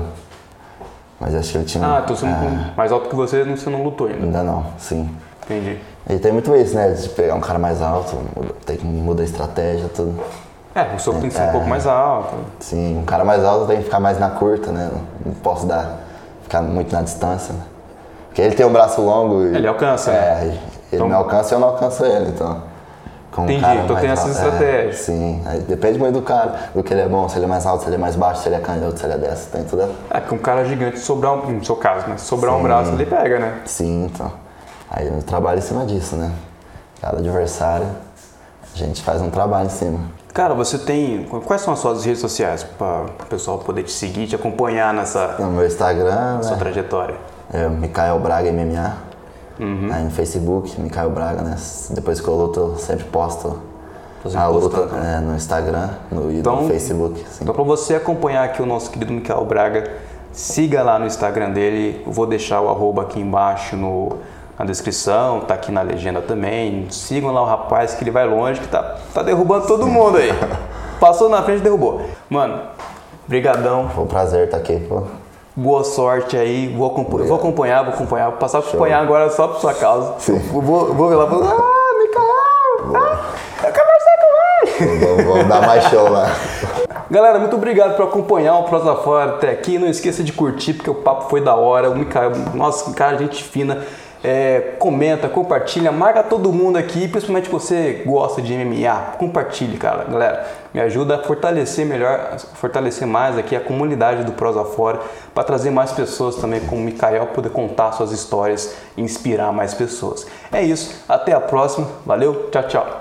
B: Mas acho que ele tinha.
A: Ah, tô sendo
B: é,
A: mais alto que você, não- você não lutou ainda.
B: Ainda não, sim.
A: Entendi.
B: E tem muito isso, né? De pegar um cara mais alto, muda- tem que mudar a estratégia, tudo.
A: É, o soco tem que ser um
B: É.
A: pouco mais alto.
B: Sim, um cara mais alto tem que ficar mais na curta, né? Não posso dar. ficar muito na distância, né? Porque ele tem um braço longo e.
A: Ele alcança, né?
B: É, ele
A: Então-
B: me alcança e eu não alcanço ele, então. Com um
A: Entendi,
B: cara
A: então
B: mais
A: tem essas
B: alto- é,
A: estratégias.
B: sim, aí depende muito do cara, do que ele é bom, se ele é mais alto, se ele é mais baixo, se ele é canhoto, se ele é dessa, tem tudo.
A: É, que um cara gigante sobrar um. No seu caso, né? Sobrar um braço, ele pega, né?
B: Sim, então. Aí eu trabalho em cima disso, né? Cada adversário, a gente faz um trabalho em cima.
A: Cara, você tem. Quais são as suas redes sociais para o pessoal poder te seguir, te acompanhar nessa
B: No meu Instagram,
A: sua
B: né?
A: trajetória?
B: É Mikael Braga MMA. Aí no Facebook, Mikael Braga, né? Depois que eu luto, eu sempre posto
A: Você
B: a
A: posta,
B: luta né, no Instagram no, e
A: Então-
B: no Facebook. Sim.
A: Então, para você acompanhar aqui o nosso querido Mikael Braga, siga lá no Instagram dele. Eu vou deixar o arroba aqui embaixo no- na descrição, tá aqui na legenda também. Sigam lá o rapaz que ele vai longe, que tá, tá derrubando todo mundo aí. Passou na frente e derrubou. Mano, brigadão.
B: Foi um prazer estar aqui, pô.
A: Boa sorte aí. Vou, acompan- eu vou acompanhar, vou acompanhar. Vou passar a acompanhar agora só por sua causa.
B: Sim.
A: Eu Vou, vou ver lá e vou... Ah, Mikael! Ah, eu conversei com ele!
B: Vamos, vamos dar mais show lá.
A: Galera, muito obrigado por acompanhar o Prosa Fora até aqui. Não esqueça de curtir, porque o papo foi da hora. O Micael, nossa, cara, gente fina. É, comenta, compartilha, marca todo mundo aqui, principalmente você que gosta de MMA. Compartilhe, cara, galera. Me ajuda a fortalecer melhor, fortalecer mais aqui a comunidade do Prosa Fora, para trazer mais pessoas também como o Micael, poder contar suas histórias e inspirar mais pessoas. É isso, até a próxima. Valeu, tchau, tchau.